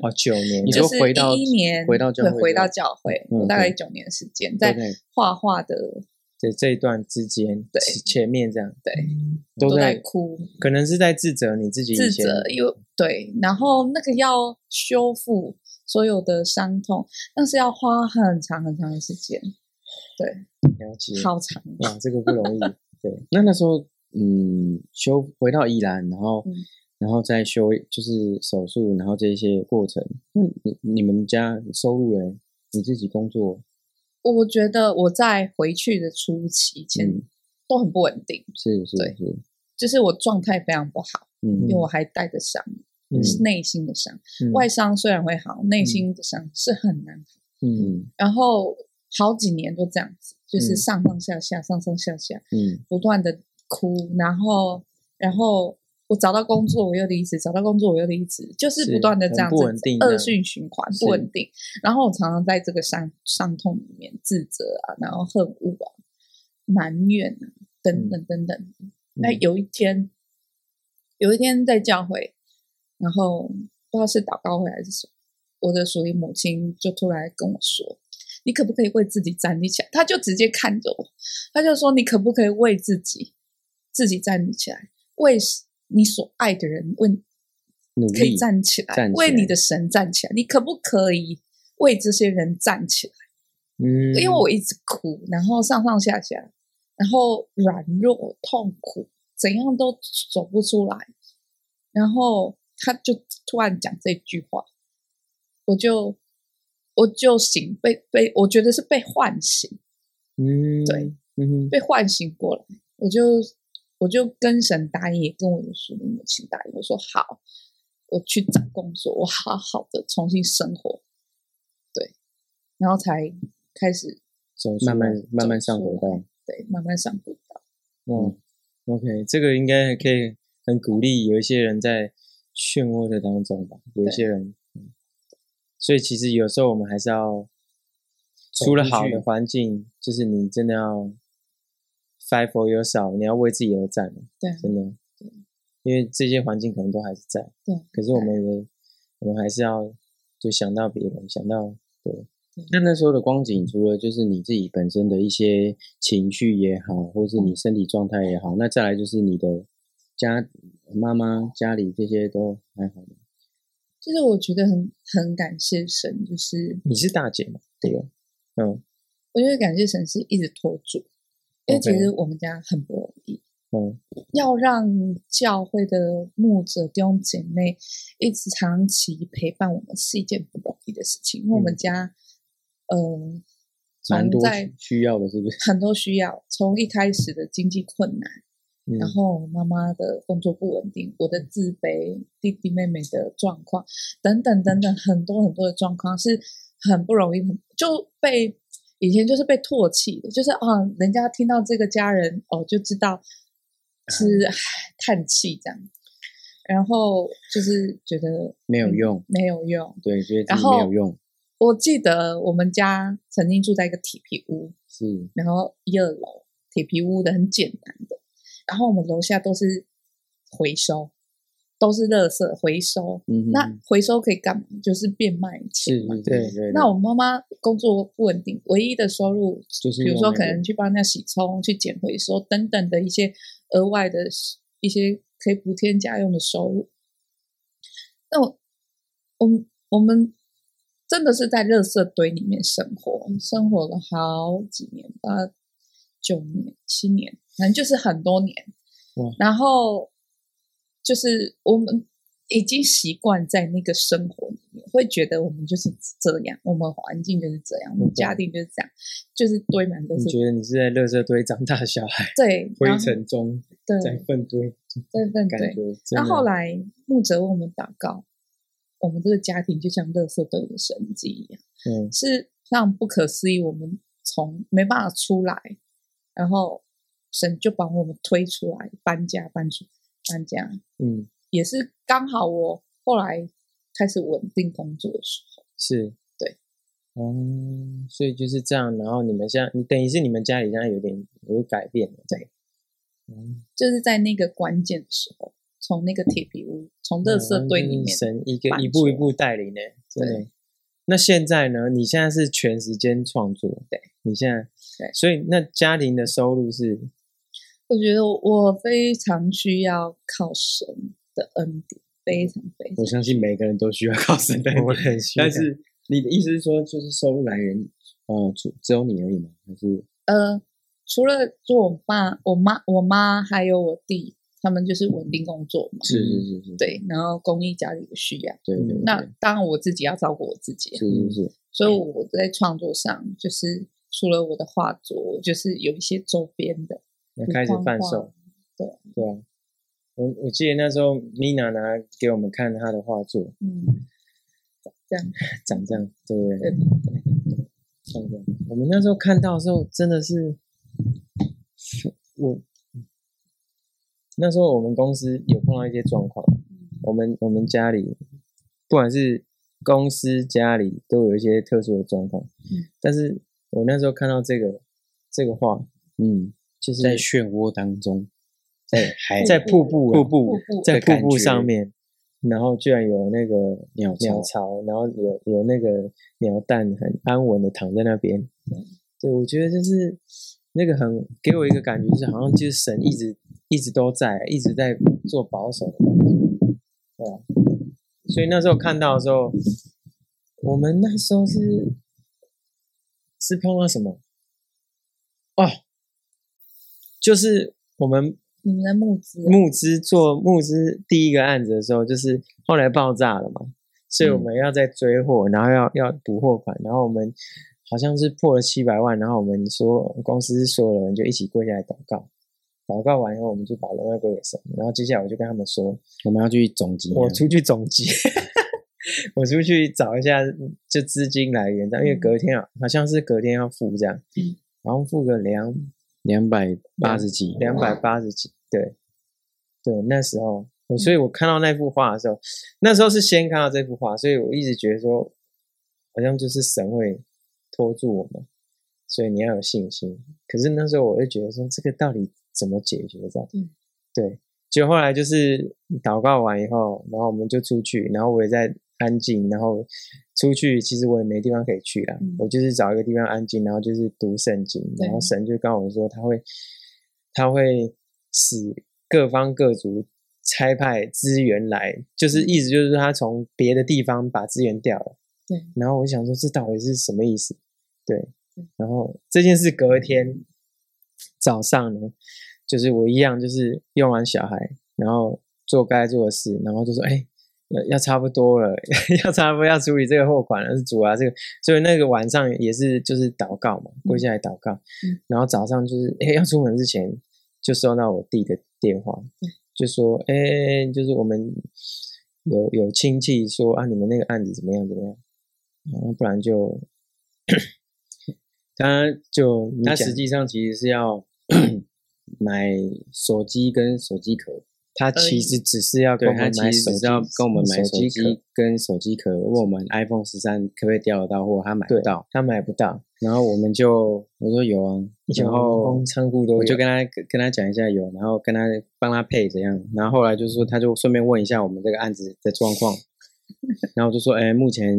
哦，九年，
你
就
说
是
回到
一年
回到教会
对回
之后
到教会，
嗯
我大概
对
九年的时间
对
在
不对？
画画的，
在这一段之间，
对
前前面这样
对，
都
都在
在，
哭
可能是在自责你自己以
自
前
责，有对，然后那个要修复所有的伤痛，但是要花很长很长的时间，对，
了解，
好长，
哇，这个不容易，
那那时候，嗯，修回到宜兰，然后、
嗯
然后再修就是手术，然后这些过程。那你你们家收入嘞？你自己工作，
哦我觉得我在回去的初期前
嗯，
都很不稳定。
是是
对
是，
就是我状态非常不好，
嗯
因为我还带着伤，
嗯
是内心的伤。
嗯
外伤虽然会好，内心的伤是很难好。
嗯
嗯
然后好几年都这样子，就是
嗯
上上下下，上上下下，
嗯
不断的哭，然后，然后我找到工作我又离职，找到工作我又离职，就是
是
不断的这
很
样子
不稳定这
恶
样
性循环，
是
不稳定。然后我常常在这个伤伤痛里面自责啊，然后恨恶啊，埋怨啊，
嗯
等等等等。那有一天，有一天在教会，然后不知道是祷告会还是什么，我的属灵母亲就突然跟我说：“你可不可以为自己站立起来？”她就直接看着我，她就说：“你可不可以为自己自己站立起来？为你所爱的人为
努
可以
力，
站起来，
站起来
为你的神站起来。你可不可以为这些人站起来？
嗯，
因为我一直哭，然后上上下下，然后软弱、痛苦，怎样都走不出来。然后他就突然讲这句话，我就我就醒，被被我觉得是被唤醒，
嗯，
对，
嗯哼，
被唤醒过来，我就我就跟神答应，也跟我的属灵母亲答应，我说好，我去找工作，我好好的重新生活，对，然后才开始
走出来
慢慢慢慢上轨
走出来
道。
对慢慢上轨道。
嗯
嗯，OK，这个应该可以很鼓励有一些人在漩涡的当中吧，有一
对
些人，嗯所以其实有时候我们还是要除了好
出去
的环境，就是你真的要 fight for yourself，你要为自己而战，啊
对啊
真的，因为这些环境可能都还是在，
对
可是我们的我们还是要就想到别人，想到对
对。
那那时候的光景，除了就是你自己本身的一些情绪也好，或是你身体状态也好，那再来就是你的家妈妈家里这些都还好吗
就是我觉得很很感谢神，就是
你是大姐嘛，对吧？嗯
我觉得感谢神是一直拖住，因为其
OK
实我们家很不容易，
嗯
要让教会的牧者弟兄姐妹一直长期陪伴我们是一件不容易的事情，因为我们家，嗯，
蛮
从
多
在
需要的，是不是？
很多需要，从一开始的经济困难，
嗯
然后妈妈的工作不稳定，我的自卑，弟弟妹妹的状况，等等等等，很多很多的状况是很不容易，很就被以前就是被唾弃的，就是啊，人家听到这个家人哦，就知道
嗯
是唉叹气这样，然后就是觉得
没有
嗯
用
没有用。
对，觉得自
然
己没有
后
用，
我记得我们家曾经住在一个铁皮屋，
是
然后一二楼铁皮屋的很简单的，然后我们楼下都是回收，都是垃圾回收。
嗯哼，
那回收可以干嘛？就是变卖
是
钱
是
嘛。
是
对
对，
那我妈妈工作不稳定，唯一的收入
就是
比如
用
说
那
可
个
能去帮人家洗葱、去捡回收等等的一些额外的一些可以补贴家用的收入。那我我们我们真的是在垃圾堆里面生活，生活了好几年，八九年、七年，反正就是很多年
哇。
然后就是我们已经习惯在那个生活里面，会觉得我们就是这样，我们环境就是这
嗯
样，我们家庭就是这样，就是堆满都
你
是
觉得你是在垃圾堆长大的小孩，
对
嗯灰
然后
尘中
对
在粪堆，
对对
感
对。
觉真
那
的
后来牧者为我们祷告，我们这个家庭就像垃圾堆的神迹一样，
嗯
是非常不可思议。我们从没办法出来，然后神就把我们推出来，搬家搬出搬家，
嗯
也是刚好我后来开始稳定工作的时候，
是，
对，
哦，所以就是这样。然后你们现在，你等于是你们家里现在有点有改变了，对，嗯，
就是在那个关键的时候，从那个铁皮屋，从垃圾堆
嗯就是
里面，
神一个
搬
一步一
出来
步带领呢，真的
对。
那现在呢？你现在是全时间创作，
对，
你现在，
对
所以那家庭的收入
<laughs>
是
我觉得我非常需要靠神的恩典，非常非常
我。相信每个人都需要靠神的恩
我
典，
很需要
但是你的意思是说，就是收入来源，呃，只只有你而已吗？还是
呃，除了做我爸、我妈、我妈还有我弟，他们就是稳定工作嘛，
是是是是，
对，然后供应家里的需要。
对对对，
嗯那当然我自己要照顾我自己、啊，
是是是，
所以我在创作上就是除了我的画作，我就是有一些周边的
那开始贩售，，对啊。我我记得那时候米娜拿给我们看她的画作，
嗯，这样
长这样，对不对？
对
像这样。我们那时候看到的时候，真的是我那时候我们公司有碰到一些状况，我们我们家里不管是公司家里都有一些特殊的状况，
嗯
但是我那时候看到这个这个画，嗯，就是
在
漩涡当中，
在海
在
瀑
瀑布
布
啊
瀑布
瀑布
在
的感
瀑布
觉
上面，然后居然有那个
鸟巢
鸟巢，然后有有那个鸟蛋很安稳的躺在那边。对，我觉得就是那个很给我一个感觉，就是好像就是神一直一直都在，一直在做保守的工作。对啊，所以那时候看到的时候，我们那时候是是碰到什么？哦，就是我们
你们在募资啊，
募资做募资第一个案子的时候，就是后来爆炸了嘛，所以我们要再追货，然后要要补货款，然后我们好像是破了七百万，然后我们说公司所有人就一起跪下来祷告，祷告完以后我们就把荣耀归给神，然后接下来我就跟他们说，
我们要去总结。
我出去总结，啊 <laughs> 我出去找一下就资金来源，但因为隔天啊，好像是隔天要付这样，然后付个两
两百八十几，
两百八十几，对，对，那时候，我所以我看到那幅画的时候，那时候是先看到这幅画，所以我一直觉得说，好像就是神会托住我们，所以你要有信心。可是那时候我就觉得说，这个到底怎么解决这样？
嗯
对，就后来就是祷告完以后，然后我们就出去，然后我也在安静，然后出去，其实我也没地方可以去啦，
嗯
我就是找一个地方安静，然后就是读圣经，
对
然后神就告诉我说他会，他会使各方各族差派资源来，
嗯
就是意思就是他从别的地方把资源调了，
对，
然后我想说这到底是什么意思？对
嗯，
然后这件事隔天早上呢，就是我一样，就是用完小孩，然后做该做的事，然后就说，哎，要要差不多了， <laughs> 要差不多要处理这个货款了，是主啊这个，所以那个晚上也是就是祷告嘛，跪下来祷告，
嗯
然后早上就是哎要出门之前就收到我弟的电话，就说，哎、就是我们有有亲戚说啊，你们那个案子怎么样怎么样，然后不然就
他就他
讲
实际上其实是要 <coughs> 买手机跟手机壳，
他
而
其
已
实只是要跟
对
我
他
们
其
买
实
手
只
机，
是要跟我们买嗯手
壳
机跟手机壳，问我们 iPhone 十三可不可以调得到货，他买不
对
到，，
他买不到，
然后我们就我说有啊，然后
仓库都
我
有，
就跟他跟他讲一下有，然后跟他帮他配怎样，然后后来就是说他就顺便问一下我们这个案子的状 <laughs> 况，然后我就说，哎，目前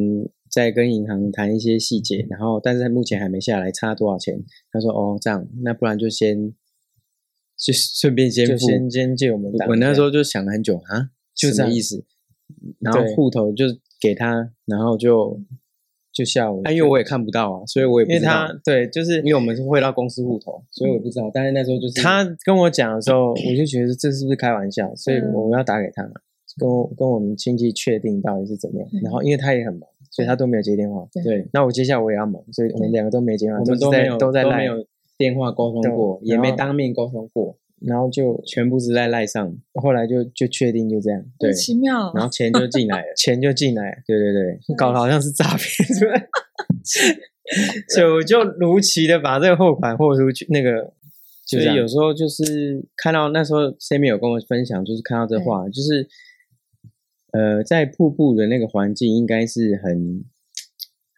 在跟银行谈一些细节，然后但是目前还没下来，差多少钱？他说，哦，这样，那不然就先就顺便先
就
付。
先先借我们打一下。
我那时候就想了很久啊，
就
什
这
么
样
意思？然后
对
户头就给他，然后就
就下午，
啊，因为我也看不到啊，所以我也
因
不
为
知道，
他对，就是
因为我们是汇到公司户头，所以我不知道。但是那时候就是
他跟我讲的时候，我就觉得这是不是开玩笑，所以
嗯
我要打给他嘛，跟我跟我们亲戚确定到底是怎么样
嗯。
然后因为他也很忙，所以他都没有接电话。
对
对，
那我接下来我也要忙，所以我们两个都没接电话，
我们
都
都
是
没
在
有
都在
没
赖，
有电话沟通过，
对
也没
然后
当面沟通过，
然后就
全部是在赖上。
后来就就确定就这样，。
对
很，奇妙
然
啊，
后 <laughs> 钱就进来了
钱就进来了，
对对对，
搞得好像是诈骗，对不对？ <laughs> 所以我就如期的把这个货款豁出去，那个就
所
是
以
有
有时候就是看到那时候 Sammy 有跟我分享，就是看到这话，就是呃，在瀑布的那个环境应该是很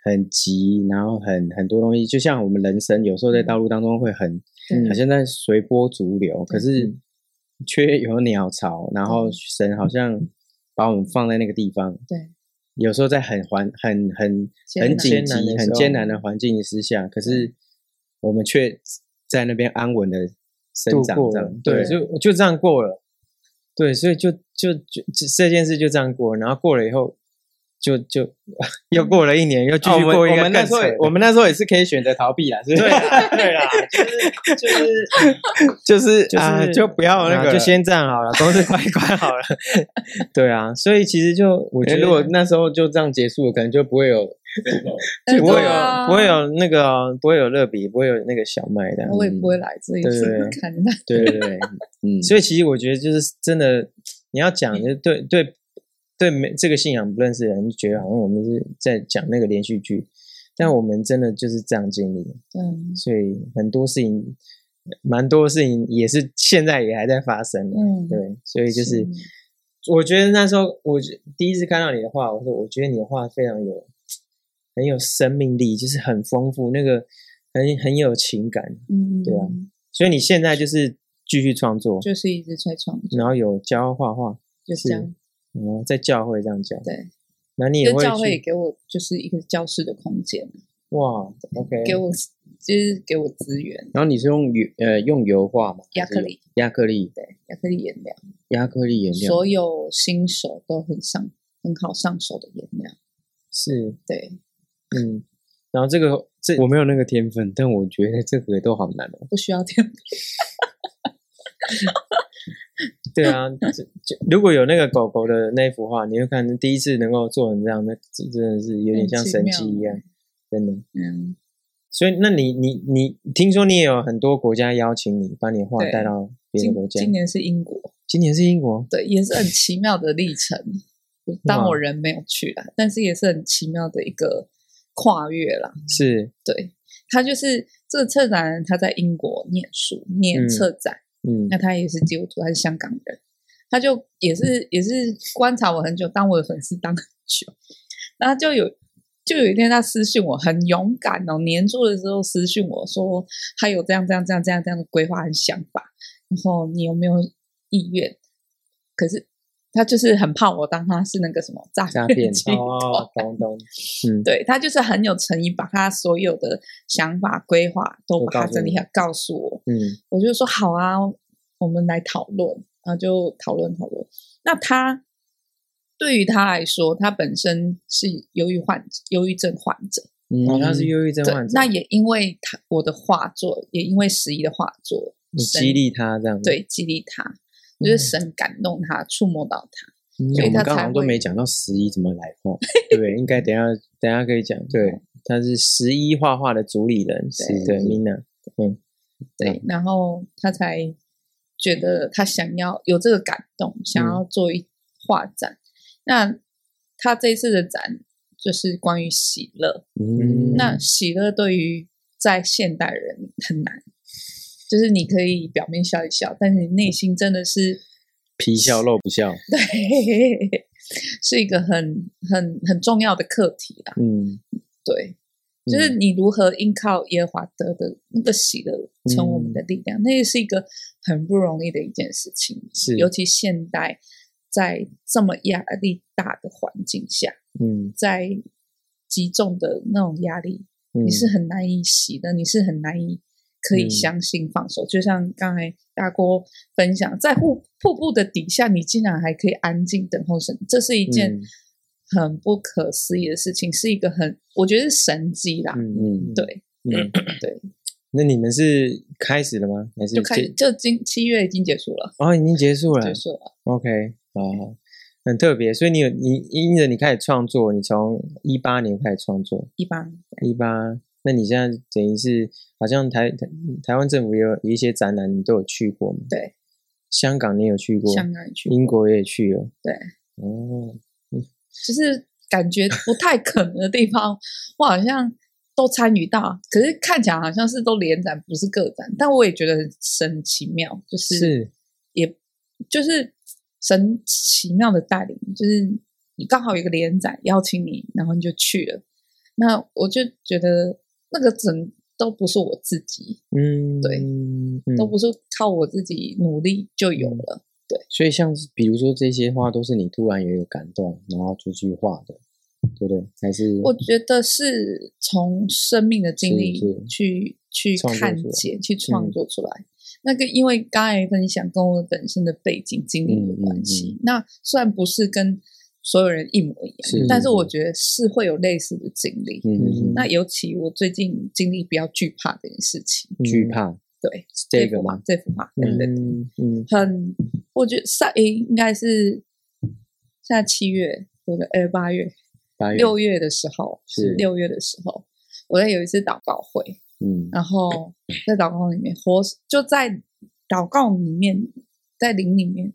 很急，然后很很多东西，就像我们人生有时候在道路当中会很、
对
好像在随波逐流，可是
嗯
<laughs> 却有鸟巢，然后
对
神好像把我们放在那个地方，
对，
有时候在很环很很
艰
很
难
紧
艰难的
急、
时
很
候
艰难的环境之下，可是我们却在那边安稳的生
度
长，
过
这
了
样，
对，
对
就就这样过了，对，所以就就就就这件事就这样过了，然后过了以后，就就又过了一年，又继
啊
续
我们
过一
我
个
们那
更
时候
扯的
也，
<laughs>
我们那时候也是可以选择逃避啦，是不是？
对啦对啦， <laughs>
就是 <laughs>
就是
啊，就不要那
啊
个了，
就先这样好了，公司乖乖好了， <laughs> 对啊，所以其实就我
我
觉
觉
得
哎得如果那时候就这样结束了，可能就不会有
但是
不会
对
有
啊
不会，有那个哦不会有乐比，不会有那个小麦的，
我也不会来这里
嗯对对
是 <laughs> 看那
对对对，嗯，
所以其实我觉得就是真的，你要
嗯
讲就是对对对没这个信仰不认识的人，就觉得好像我们是在讲那个连续剧，但我们真的就是这样经历的，
嗯
所以很多事情，蛮多事情也是现在也还在发生的，
嗯，
对，所以就是
是
我觉得那时候我觉第一次看到你的画，我说我觉得你的画非常有很有生命力，就是很丰富，那个很很有情感，
嗯，
对啊，所以你现在就是继续创作，
就是一直在创作，
然后有教画画。
就是这样，
哦，在教会这样讲，
对，
那你也
跟
会
教会也
去
给我就是一个教室的空间，
哇，OK，
给我就是给我资源，
然后你是用油呃用油画吗？
亚克力，
亚克力，
对，亚克力颜料，
亚克力颜料，
所有新手都很上很好上手的颜料。
是，
对，
嗯，然后这个这
我没有那个天分，但我觉得这个都好难哦。
不需要天赋。
对
<laughs>
啊，这这如果有那个狗狗的那幅画，你会看第一次能够做成这样，那真真的是有点像神迹一样，真的。
嗯，
所以，那你你你，听说你也有很多国家邀请你，把你的画
对
带到别
今
的国家。
今年是英国，
今年是英国，
对，也是很奇妙的历程。当我人没有去啦，但是也是很奇妙的一个跨越啦。
是，
对，他就是这个策展人，他在英国念书，念
嗯
策展。
嗯
那他也是基督徒，他是香港人，他就也是也是观察我很久，当我的粉丝当很久，然后就有就有一天他私讯我，很勇敢哦，年初的时候私讯我说他有这样这样这样这样这样的规划和想法，然后你有没有意愿？可是他就是很怕我当他是那个什么诈
诈骗
集团
哦，懂懂，嗯，
对他就是很有诚意，把他所有的想法、规划都
都
把它
告诉
整理
你
下来告诉我。
嗯
我就说好啊，我们来讨论，然后就讨论讨论。那他对于他来说，他本身是忧郁患忧郁症患者，
嗯，好像是忧郁症
对
患，者，
那也因为他我的画作，也因为十一的画作，
你
神
激励他嗯这样，，
对激励他，就是神感动他，触摸到他。
嗯
所以
我
他
们刚
才
好都
会
没讲到十一怎么来画，
对不对，应该等一下等一下可以讲，对，他是十一画画的主理人，
是
对
是
，Mina，嗯，
对，然后他才觉得他想要有这个感动，想要做一画展。那他这一次的展就是关于喜乐。
嗯，
那喜乐对于在现代人很难，就是你可以表面笑一笑，但是你内心真的是 <laughs>
皮笑肉不笑，
对，是一个很很很重要的课题啦。
嗯，
对，就是你如何依靠耶和华得的那个喜乐，成为我们的力量，那也是一个很不容易的一件事情。
是
尤其现代在这么压力大的环境下，
嗯
在极重的那种压力，
嗯，
你是很难以洗的，你是很难以可以相信放手。就像刚才大郭分享，在瀑瀑布的底下，你竟然还可以安静等候神，这是一件
嗯
很不可思议的事情，是一个很我觉得是神迹啦。
嗯嗯
嗯，
对
嗯，
对，
那你们是开始了吗？还是
就开始
结
就今七月已经结束了，
哦，已经结束了
结束了。
，OK，好好。很特别，所以你有你因着你开始创作，你从一八年开始创作，
一般
一八，那你现在等于是好像台台台湾政府也有有一些展览，你都有去过吗？
对，
香港你有去过，
香港也去，
英国也去了，
对，
哦，
就是感觉不太可能的地方， <laughs> 我好像都参与到，可是看起来好像是都连展，不是个展，但我也觉得很神奇妙，就是
是，
也就是神奇妙的带领，就是你刚好有一个连展邀请你，然后你就去了，那我就觉得那个整都不是我自己，
嗯，
对
嗯，
都不是靠我自己努力就有了，
所以像是比如说这些画都是你突然有一个感动，然后就去画的，对不对？还是
我觉得是从生命的经历
是是
去去
创作
看
出来
见、
嗯
去创作出来。那个因为刚才分享跟我本身的背景经历有
嗯嗯
关系，那虽然不是跟所有人一模一样，
是
但是我觉得是会有类似的经历。
嗯
那尤其我最近经历比较惧怕这件事情，
嗯惧怕
对
这个
幅画
吗？，
这幅画，对对对
嗯嗯
很，我觉得上诶应该是现在七月，对不对？呃，八月、
八月
六月的时候，
是
六月的时候，我在有一次祷告会，
嗯
然后在祷告里面活，就在祷告里面，在灵里面，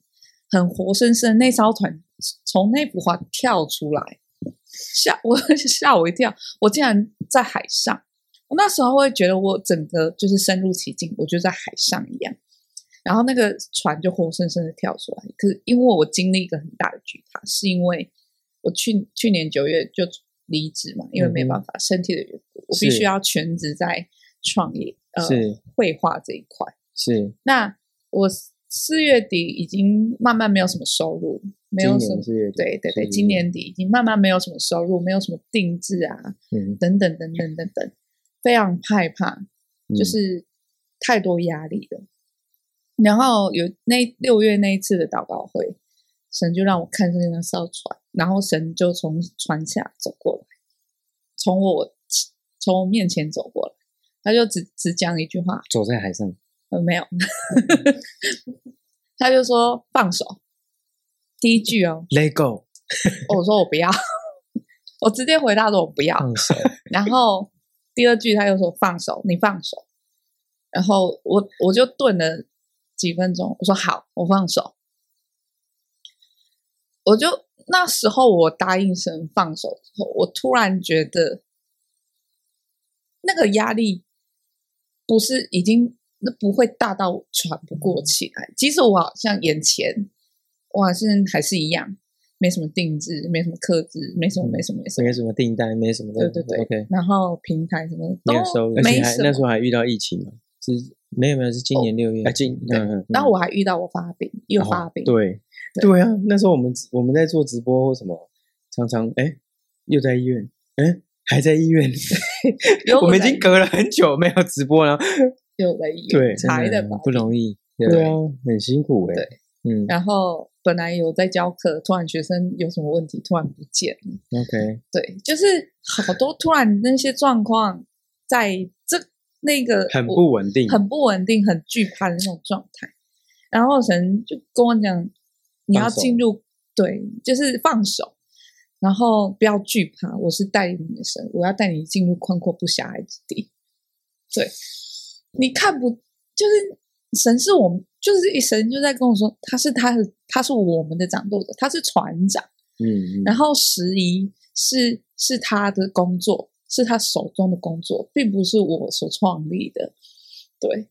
很活生生那艘船从那幅画跳出来，吓 <laughs> 我吓我一跳，我竟然在海上。我那时候会觉得我整个就是深入其境，我就在海上一样。然后那个船就活生生的跳出来，可是因为我经历一个很大的巨大，是因为我去去年九月就离职嘛，因为没办法、身体的缘故，我必
是
须要全职在创业，呃，
是
绘画这一块。
是，
那我四月底已经慢慢没有什么收入，没有
今
什么
年是有点
对对对，
是
今年底已经慢慢没有什么收入，没有什么定制啊，
嗯
等等等等等等，非常害怕，
嗯
就是太多压力了。然后有那六月那一次的祷告会，神就让我看见那艘船，然后神就从船下走过来，从我从我面前走过来，他就只只讲一句话：
走在海上。
呃，没有， <laughs> 他就说放手。第一句哦，
，Let go，
我说我不要， <laughs> 我直接回答说我不要。
放手，
然后第二句他又说放手，你放手。然后我我就顿了几分钟，我说好，我放手。我就那时候我答应神放手之后，我突然觉得那个压力不是已经那不会大到喘不过气来。即使我好像眼前，我好像还是一样，没什么定制，没什么克制，没什么没什么没什么
没什么订单，没什么的，
对对对
OK，
然后平台什么都
哦没有收入，而且
没
还
什
那时
么。
候还遇到疫情嘛，是没有没有是今年六月，
啊今
嗯嗯，嗯哦
然后我还遇到我发病，又发病，
对
对
对啊，那时候我们我们在做直播或什么，常常哎又在医院，哎还在医院，
有
<laughs> 我们已
在
经隔了很久没有直播了，
又来医
对
院
真
查的
的
吧。
不容易，对啊，很辛苦哎，嗯
然后本来有在教课，突然学生有什么问题，突然不见了。
，OK，
对，就是好多突然那些状况，在这那个
很
我
不稳定，
很不稳定、很惧怕的那种状态。然后神就跟我讲，你要
放手
进入对，就是放手，然后不要惧怕。我是带领你的神，我要带你进入宽阔不狭隘之地。对，你看不就是神是我们，就是一神就在跟我说，他是他的，他是我们的掌舵者，他是船长。
<laughs> 嗯，嗯
然后拾遗是是他的工作，是他手中的工作，并不是我所创立的。对，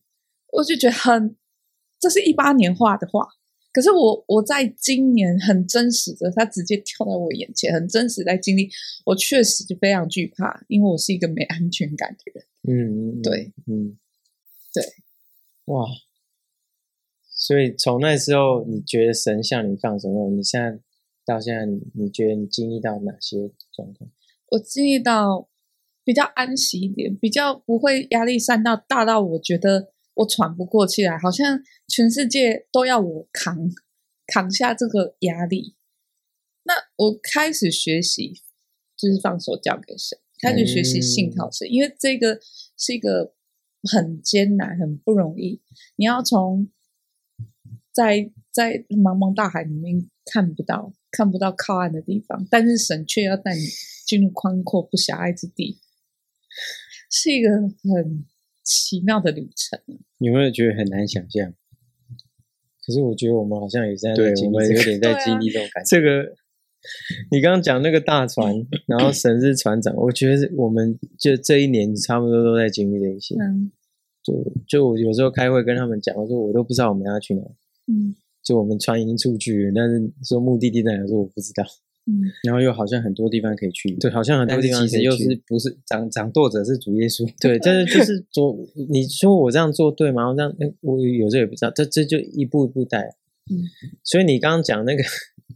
我就觉得很，这是一八年画的画，可是我我在今年很真实的，他直接跳在我眼前，很真实在经历。我确实非常惧怕，因为我是一个没安全感的人。
嗯，嗯
对，
嗯，
对，
哇！所以从那时候，你觉得神向你放手后，你现在到现在你，你觉得你经历到哪些状况？
我经历到比较安息一点，比较不会压力山到大到我觉得我喘不过气来，好像全世界都要我扛扛下这个压力。那我开始学习，就是放手交给神，开始学
嗯
习信靠神，因为这个是一个很艰难、很不容易。你要从在在茫茫大海里面看不到、看不到靠岸的地方，但是神却要带你进入宽阔不狭隘之地，是一个很奇妙的旅程。
你有没有觉得很难想象？
可是我觉得我们好像也在
对
经
我
历
们
这
有
个
点在
对啊
经历这种感觉。 <laughs> 这个，你刚刚讲那个大船，
嗯
然后神是船长，我觉得我们就这一年差不多都在经历这一些。
嗯
就就我有时候开会跟他们讲，我说我都不知道我们要去哪，
嗯
就我们船已经出去了，但是说目的地在哪，我说我不知道。
嗯，
然后又好像很多地方可以去，对，好像很多
但
地
是
方
其实又
可以去
是不是掌掌舵者是主耶稣，
对，但
<laughs>
是就是做，你说我这样做对吗？我这样，哎我有时候也不知道，这这就一步一步带。
嗯，
所以你刚刚讲那个， <laughs>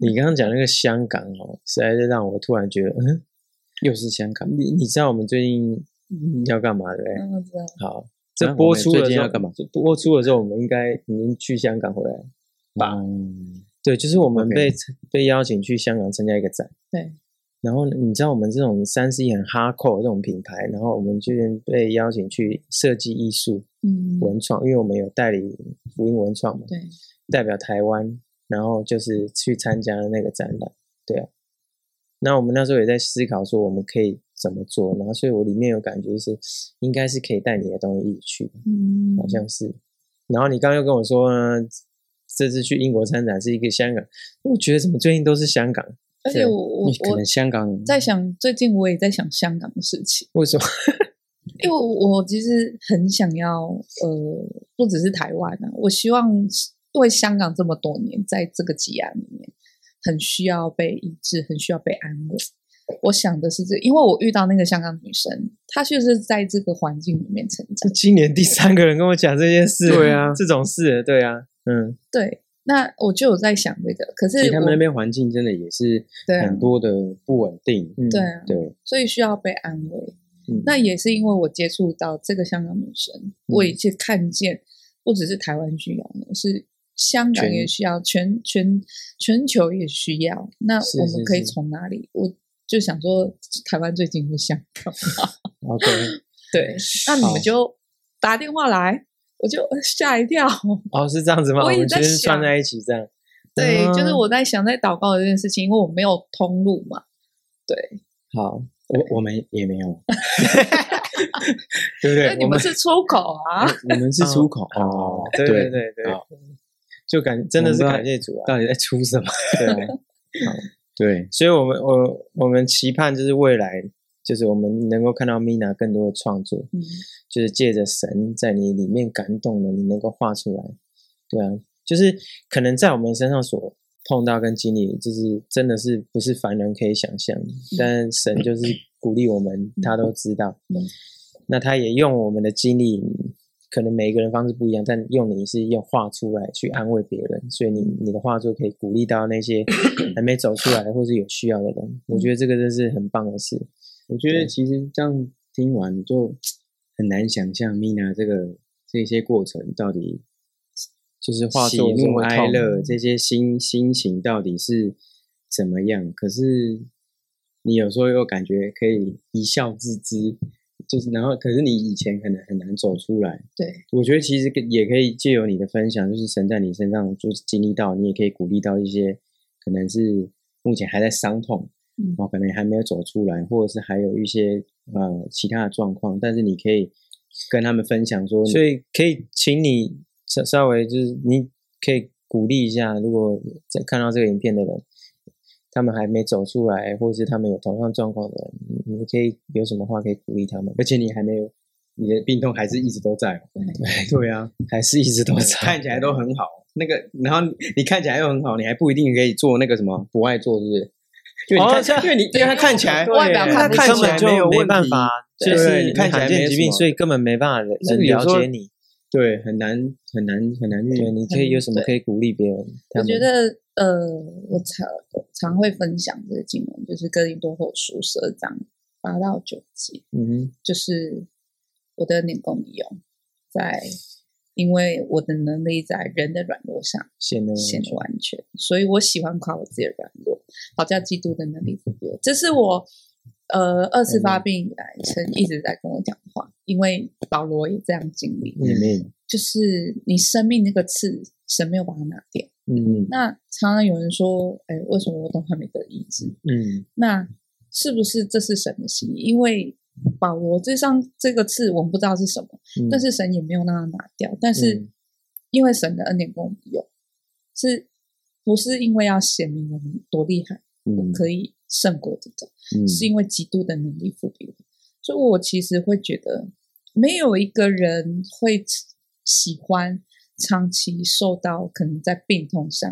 你刚刚讲那个香港哦，实在是让我突然觉得，嗯，
又是香港。
你你知道我们最近要干嘛对不对？
嗯我知道。
好，
那
这
啊我
播
们
出
最
的
近
时候
要干嘛？
播出的时候，我们应该已经去香港回来了。
吧，
对，就是我们
OK
被被邀请去香港参加一个展。
对。
然后你知道我们这种三 C 很哈扣这种品牌，然后我们居然被邀请去设计艺术
嗯，
文创，因为我们有代理福音文创嘛，
对，
代表台湾，然后就是去参加那个展览，对啊。那我们那时候也在思考说我们可以怎么做，然后所以我里面有感觉是应该是可以带你的东西一起去，
嗯，
好像是。然后你刚刚又跟我说呢，这次去英国参展是一个香港，我觉得怎么最近都是香港？
而且我我
你可
我
能香港
在想，最近我也在想香港的事情，
为什么？
<laughs> 因为我我其实很想要，呃，不只是台湾啊，我希望因为香港这么多年在这个挤压里面，很需要被医治，很需要被安慰。我想的是这，因为我遇到那个香港女生，她就是在这个环境里面成长。
今年第三个人跟我讲这件事，
对啊
这种事，对啊，嗯，
对，那我就有在想这个，可是
其实他们
我
那边嗯环境真的也是
对啊
很多的不稳定，
嗯
对啊，
对，
所以需要被安慰。
嗯
那也是因为我接
嗯
触到这个香港女生，我也去看见，不只是台湾需要，是香港也需要，全全全球也需要。那
是
我
是
们可以
是
从哪里？我就想说，台湾最近是香港嘛， <laughs>
OK，
对，那你
好
们就打电话来，我就 <laughs> 呃吓
<laughs>
一跳。
哦，是这样子吗？
我
我
也
们
在
其实串
想
在一起这样。
对，
嗯
就是我在想在祷告的这件事情，因为我没有通路嘛。对，
好，我我们也没有，对不
那
对？
你
我
们
们
是出口
<laughs>
啊？
我们是出口
哦， <laughs> 对
对
对对对
好，
就感真的是
我们
感谢主啊！
到底在出什么？
<laughs> 对啊，
对，
所以我们我我们期盼就是未来，就是我们能够看到 Mina 更多的创作，
嗯
就是借着神在你里面感动的，你能够画出来。对啊，就是可能在我们身上所碰到跟经历，就是真的是不是凡人可以想象的。
嗯
但神就是鼓励我们，他都知道。
嗯
那他也用我们的经历，可能每一个人方式不一样，但用你是用画出来去安慰别人，所以你你的画作可以鼓励到那
<coughs>
些还没走出来或是有需要的人。我觉得这个真是很棒的事。
我觉得其实这样听完就很难想象 Mina 这个这些过程到底
就是化
喜
作
怒
为
哀乐这些心心情到底是怎么样？可是你有时候又感觉可以一笑置之，就是然后可是你以前可能很难走出来。
对，
我觉得其实也可以借由你的分享，就是神在你身上就是经历到，你也可以鼓励到一些可能是目前还在伤痛，
嗯
然后可能还没有走出来，或者是还有一些呃其他的状况，但是你可以跟他们分享说，
所以可以请你稍稍微就是你可以鼓励一下，如果在看到这个影片的人，他们还没走出来，或是他们有同样状况的人，你你可以有什么话可以鼓励他们？
而且你还没有你的病痛还是一直都在哦， <laughs> 对啊，
还是一直都在
看起来都很好，那个然后你看起来又很好，你还不一定可以做那个什么不爱做，是不是？因为你
哦这样
看，因为你因为他看起来
外表
因为
他
他
看不出来
看起
看起来
来
没有
没
问
办
题
法，
对
就是
你
你
看起来
罕见
没
疾
什
病，
么
所以根本没办法人
这
人
个有
了
时候
解你。
对，很难很难很难
对，
去
你可以有什么可以鼓励别人？他
我
们
嗯
觉得呃，我常常会分享这个经文，就是哥林多后书十二章八到九节，
嗯哼，
就是我的年功一用，在因为我的能力在人的软弱上
显得
显得完全，所以我喜欢夸我自己的软弱，好叫基督的能力复给我。这是我呃二次发病以来，神一直在跟我讲话，因为保罗也这样经历，
里面，
就是你生命那个刺，神没有把它拿掉。
嗯
那常常有人说，哎，为什么我都还没得医治？
嗯
那是不是这是神的心意？因为保罗这上这个刺，我们不知道是什么，
嗯
但是神也没有让他拿掉。但是
嗯
因为神的恩典跟我们有，是不是因为要显明我们多厉害，
嗯
可以胜过这个？
嗯
是因为基督的能力赋给我。所以我其实会觉得，没有一个人会喜欢长期受到可能在病痛上，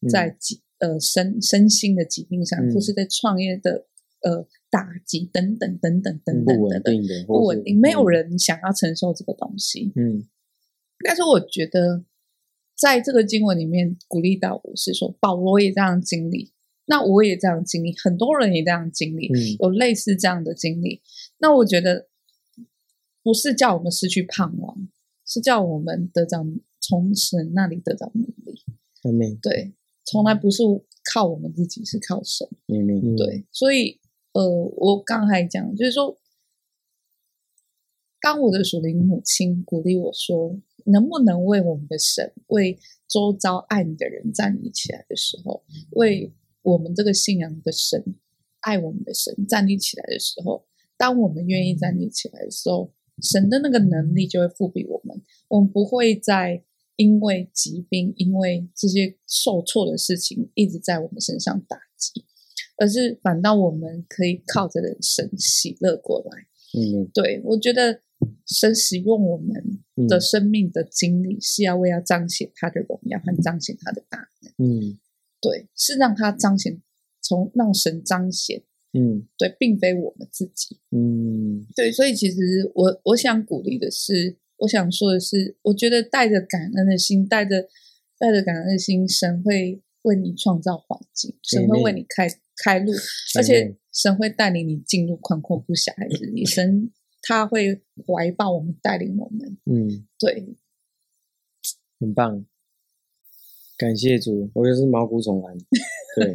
嗯
在疾呃身身心的疾病上，
嗯
或是在创业的呃打击等等等等等等
不
等
稳
等
定的，
不
或
稳
是嗯
定，没有人想要承受这个东西。
嗯
但是我觉得，在这个经文里面鼓励到我是说，保罗也这样经历，那我也这样经历，很多人也这样经历，
嗯
有类似这样的经历。那我觉得不是叫我们失去盼望，是叫我们得到从神那里得到能力。
阿妹
对，从来不是靠我们自己，是靠神。
里面，
嗯
对，所以呃，我刚才讲就是说，当我的属灵母亲鼓励我说，能不能为我们的神，为周遭爱你的人站立起来的时候，为我们这个信仰的神，爱我们的神站立起来的时候，当我们愿意站立起来的时候，神的那个能力就会赋给我们，我们不会再。因为疾病，因为这些受挫的事情一直在我们身上打击，而是反倒我们可以靠着神喜乐过来。
里面，
对我觉得神使用我们的生命的经历，是要为要彰显他的荣耀和彰显他的大能。
嗯
对，是让他彰显，从让神彰显。
嗯
对，并非我们自己。
嗯
对，所以其实我我想鼓励的是，我想说的是，我觉得带着感恩的心，带着带着感恩的心，神会为你创造环境，神会为你开开路，而且神会带领你进入宽阔不狭隘之地。神他会怀抱我们，带领我们。
嗯，
对，
很棒。感谢主，我就是毛骨悚然。对，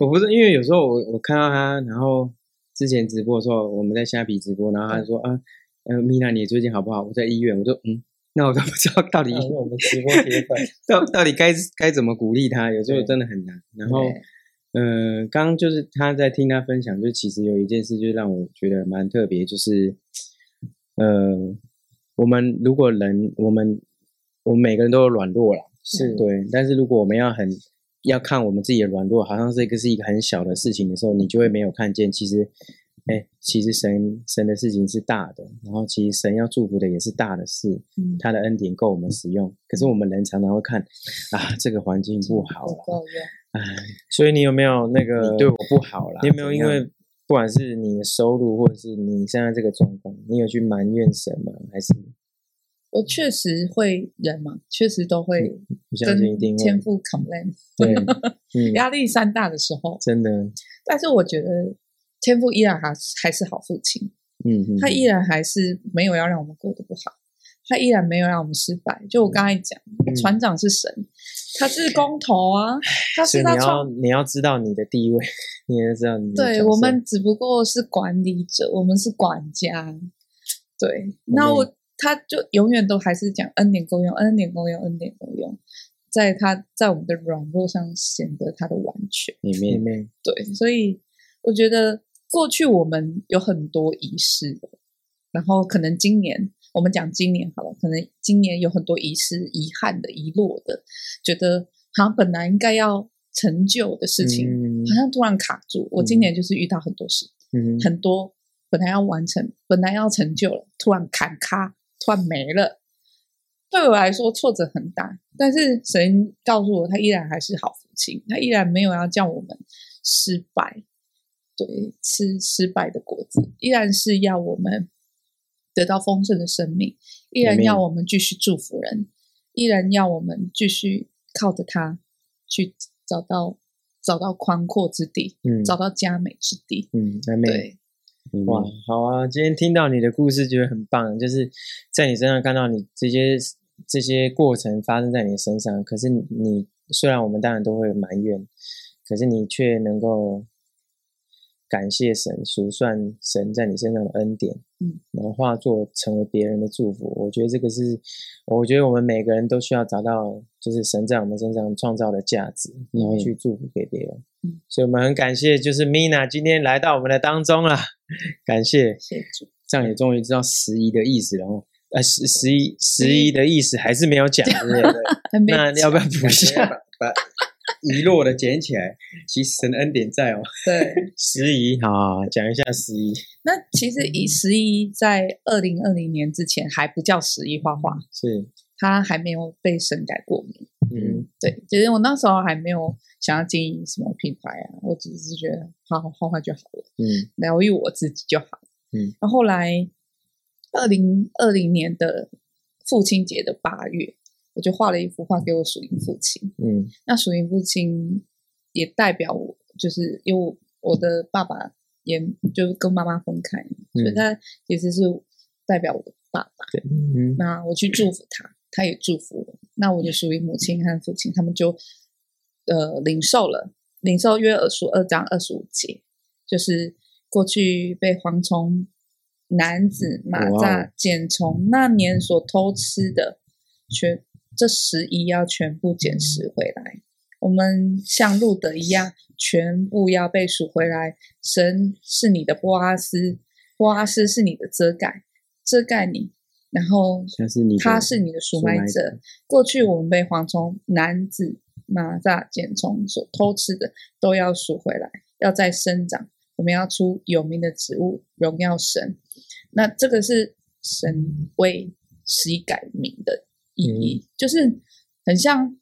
我不是因为有时候我我看到他，然后之前直播的时候，我们在虾皮直播，然后他说啊，呃，米娜，你最近好不好？我在医院，我就嗯，那我都不知道到底
<laughs>
嗯
因为我们直播铁粉，
到到底该该怎么鼓励他，有时候真的很难。然后，呃，刚刚就是他在听他分享，就其实有一件事就让我觉得蛮特别，就是呃，我们如果人，我们我们每个人都有软弱啦。
是
对，但是如果我们要很要看我们自己的软弱，好像这个是一个很小的事情的时候，你就会没有看见，其实，哎，其实神神的事情是大的，然后其实神要祝福的也是大的事，
嗯
他的恩典够我们使用。可是我们人常常会看，啊，这个环境不好
不
了，
够用。
哎，所以你有没有那个
你对我不好啦。
你有没有
怎
因
样
为不管是你的收入，或者是你现在这个状况，你有去埋怨神吗？还是
我确实会人嘛，确实都会
不嗯相信一定会
跟天赋 complain。
<laughs> 对，嗯，
压力山大的时候，
真的，嗯
但是我觉得天赋依然还是还是好父亲，
嗯，嗯
他依然还是没有要让我们过得不好，他依然没有让我们失败。就我刚才讲，
嗯
船长是神，他是公头啊，他
所
是
以你
他
要
创。
你要知道你的地位， <laughs> 你要知道你的角
对
色
我们只不过是管理者，我们是管家。对，那我他就永远都还是讲恩典够用，恩典够用，恩典够用，在他在我们的软弱上显得他的完全。
里
里
面
面
对，所以我觉得过去我们有很多仪式，然后可能今年我们讲今年好了，可能今年有很多仪式，遗憾的、遗落的，觉得好像本来应该要成就的事情，
嗯
好像突然卡住。我今年就是遇到很多事，
嗯
很多本来要完成、本来要成就了，突然砍咔，突然没了。对我来说挫折很大，但是神告诉我，他依然还是好父亲，他依然没有要叫我们失败，对，吃失败的果子，依然是要我们得到丰盛的生命，依然
Amen
要我们继续祝福人，依然要我们继续靠着他去找到找到宽阔之地，
嗯
找到佳美之地，
嗯，还没
对。
哇，
嗯
好啊！今天听到你的故事，觉得很棒，就是在你身上看到你这些这些过程发生在你身上。可是你你虽然我们当然都会埋怨，可是你却能够感谢神，数算神在你身上的恩典，
嗯，
然后化作成为别人的祝福。我觉得这个是，我觉得我们每个人都需要找到，就是神在我们身上创造的价值，然后去祝福给别人。
嗯
所以我们很感谢，就是 Mina 今天来到我们的当中啦。感谢，
谢谢主，
这样也终于知道十一的意思了哦。呃，十十一十一的意思还是没有讲，对不对？
<laughs>
还呃没
那要不要补一
感觉要
下？
把把遗落的捡起来，其实神恩典在哦。
对。
十一，好，讲一下十一。
那其实以十一在二零二零年之前还不叫十一画画，
是，
它还没有被神改过名。
嗯，
对，其实我那时候还没有想要经营什么品牌啊，我只是觉得好好画画就好了，
嗯，
疗愈我自己就好。
嗯，
然后后来二零二零年的父亲节的八月，我就画了一幅画给我属灵父亲。
嗯，
那属灵父亲也代表我，就是因为我我的爸爸也就跟妈妈分开，所以他其实是代表我的爸爸。
嗯，
那我去祝福他，他也祝福我。那我就属于母亲和父亲，他们就呃领受了，领受约珥书二章二十五节，就是过去被蝗虫、男子、
哇
马
哦
蚱、茧虫那年所偷吃的，全这十一要全部捡拾回来。我们像路德一样，全部要被赎回来。神是你的波阿斯，波阿斯是你的遮盖，遮盖你，然后
他是你的
他是你的赎买
赎买者
者。过去我们被蝗虫、男子、蚂蚱、茧虫所偷吃的，都要赎回来，要再生长。我们要出有名的植物，荣耀神。那这个是神为十一改名的意义，就是很像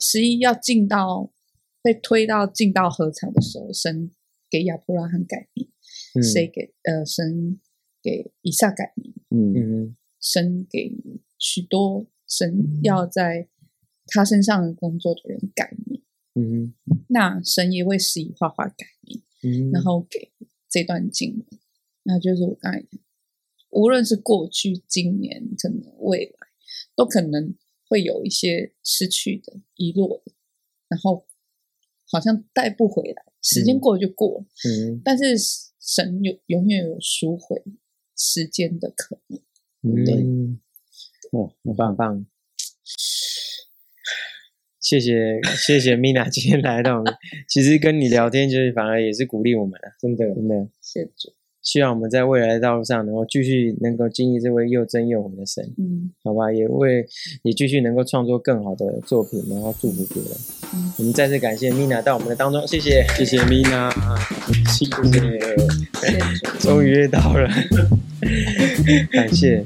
十一要进到被推到进到河场的时候，神给亚伯拉罕改名，
嗯
谁给呃神给以撒改名，
嗯
嗯，
神给许多神要在他身上的工作的人改名，
嗯
那神也为十一画画改名，
嗯，
然后给这段经文，那就是我刚才讲，无论是过去、今年，可能未来，都可能会会有一些失去的、遗落的，然后好像带不回来，时间过了就过了。
嗯
但是神有永远有赎回时间的可能。
对，
嗯，
哇，哦很
棒
棒棒！谢谢 <laughs> 谢谢 Mina 今天来到我们，其实跟你聊天就是反而也是鼓励我们啊，
真的，
真的。
谢谢主，
希望我们在未来的道路上能够继续能够经历这位又真又红的神，
嗯，
好吧？也为也继续能够创作更好的作品，然后祝福别人
嗯。
我们再次感谢 Mina 到我们的当中，谢谢，
谢谢
<laughs>
Mina，辛苦你了。
谢谢主。
<laughs> 终于约到了，感谢。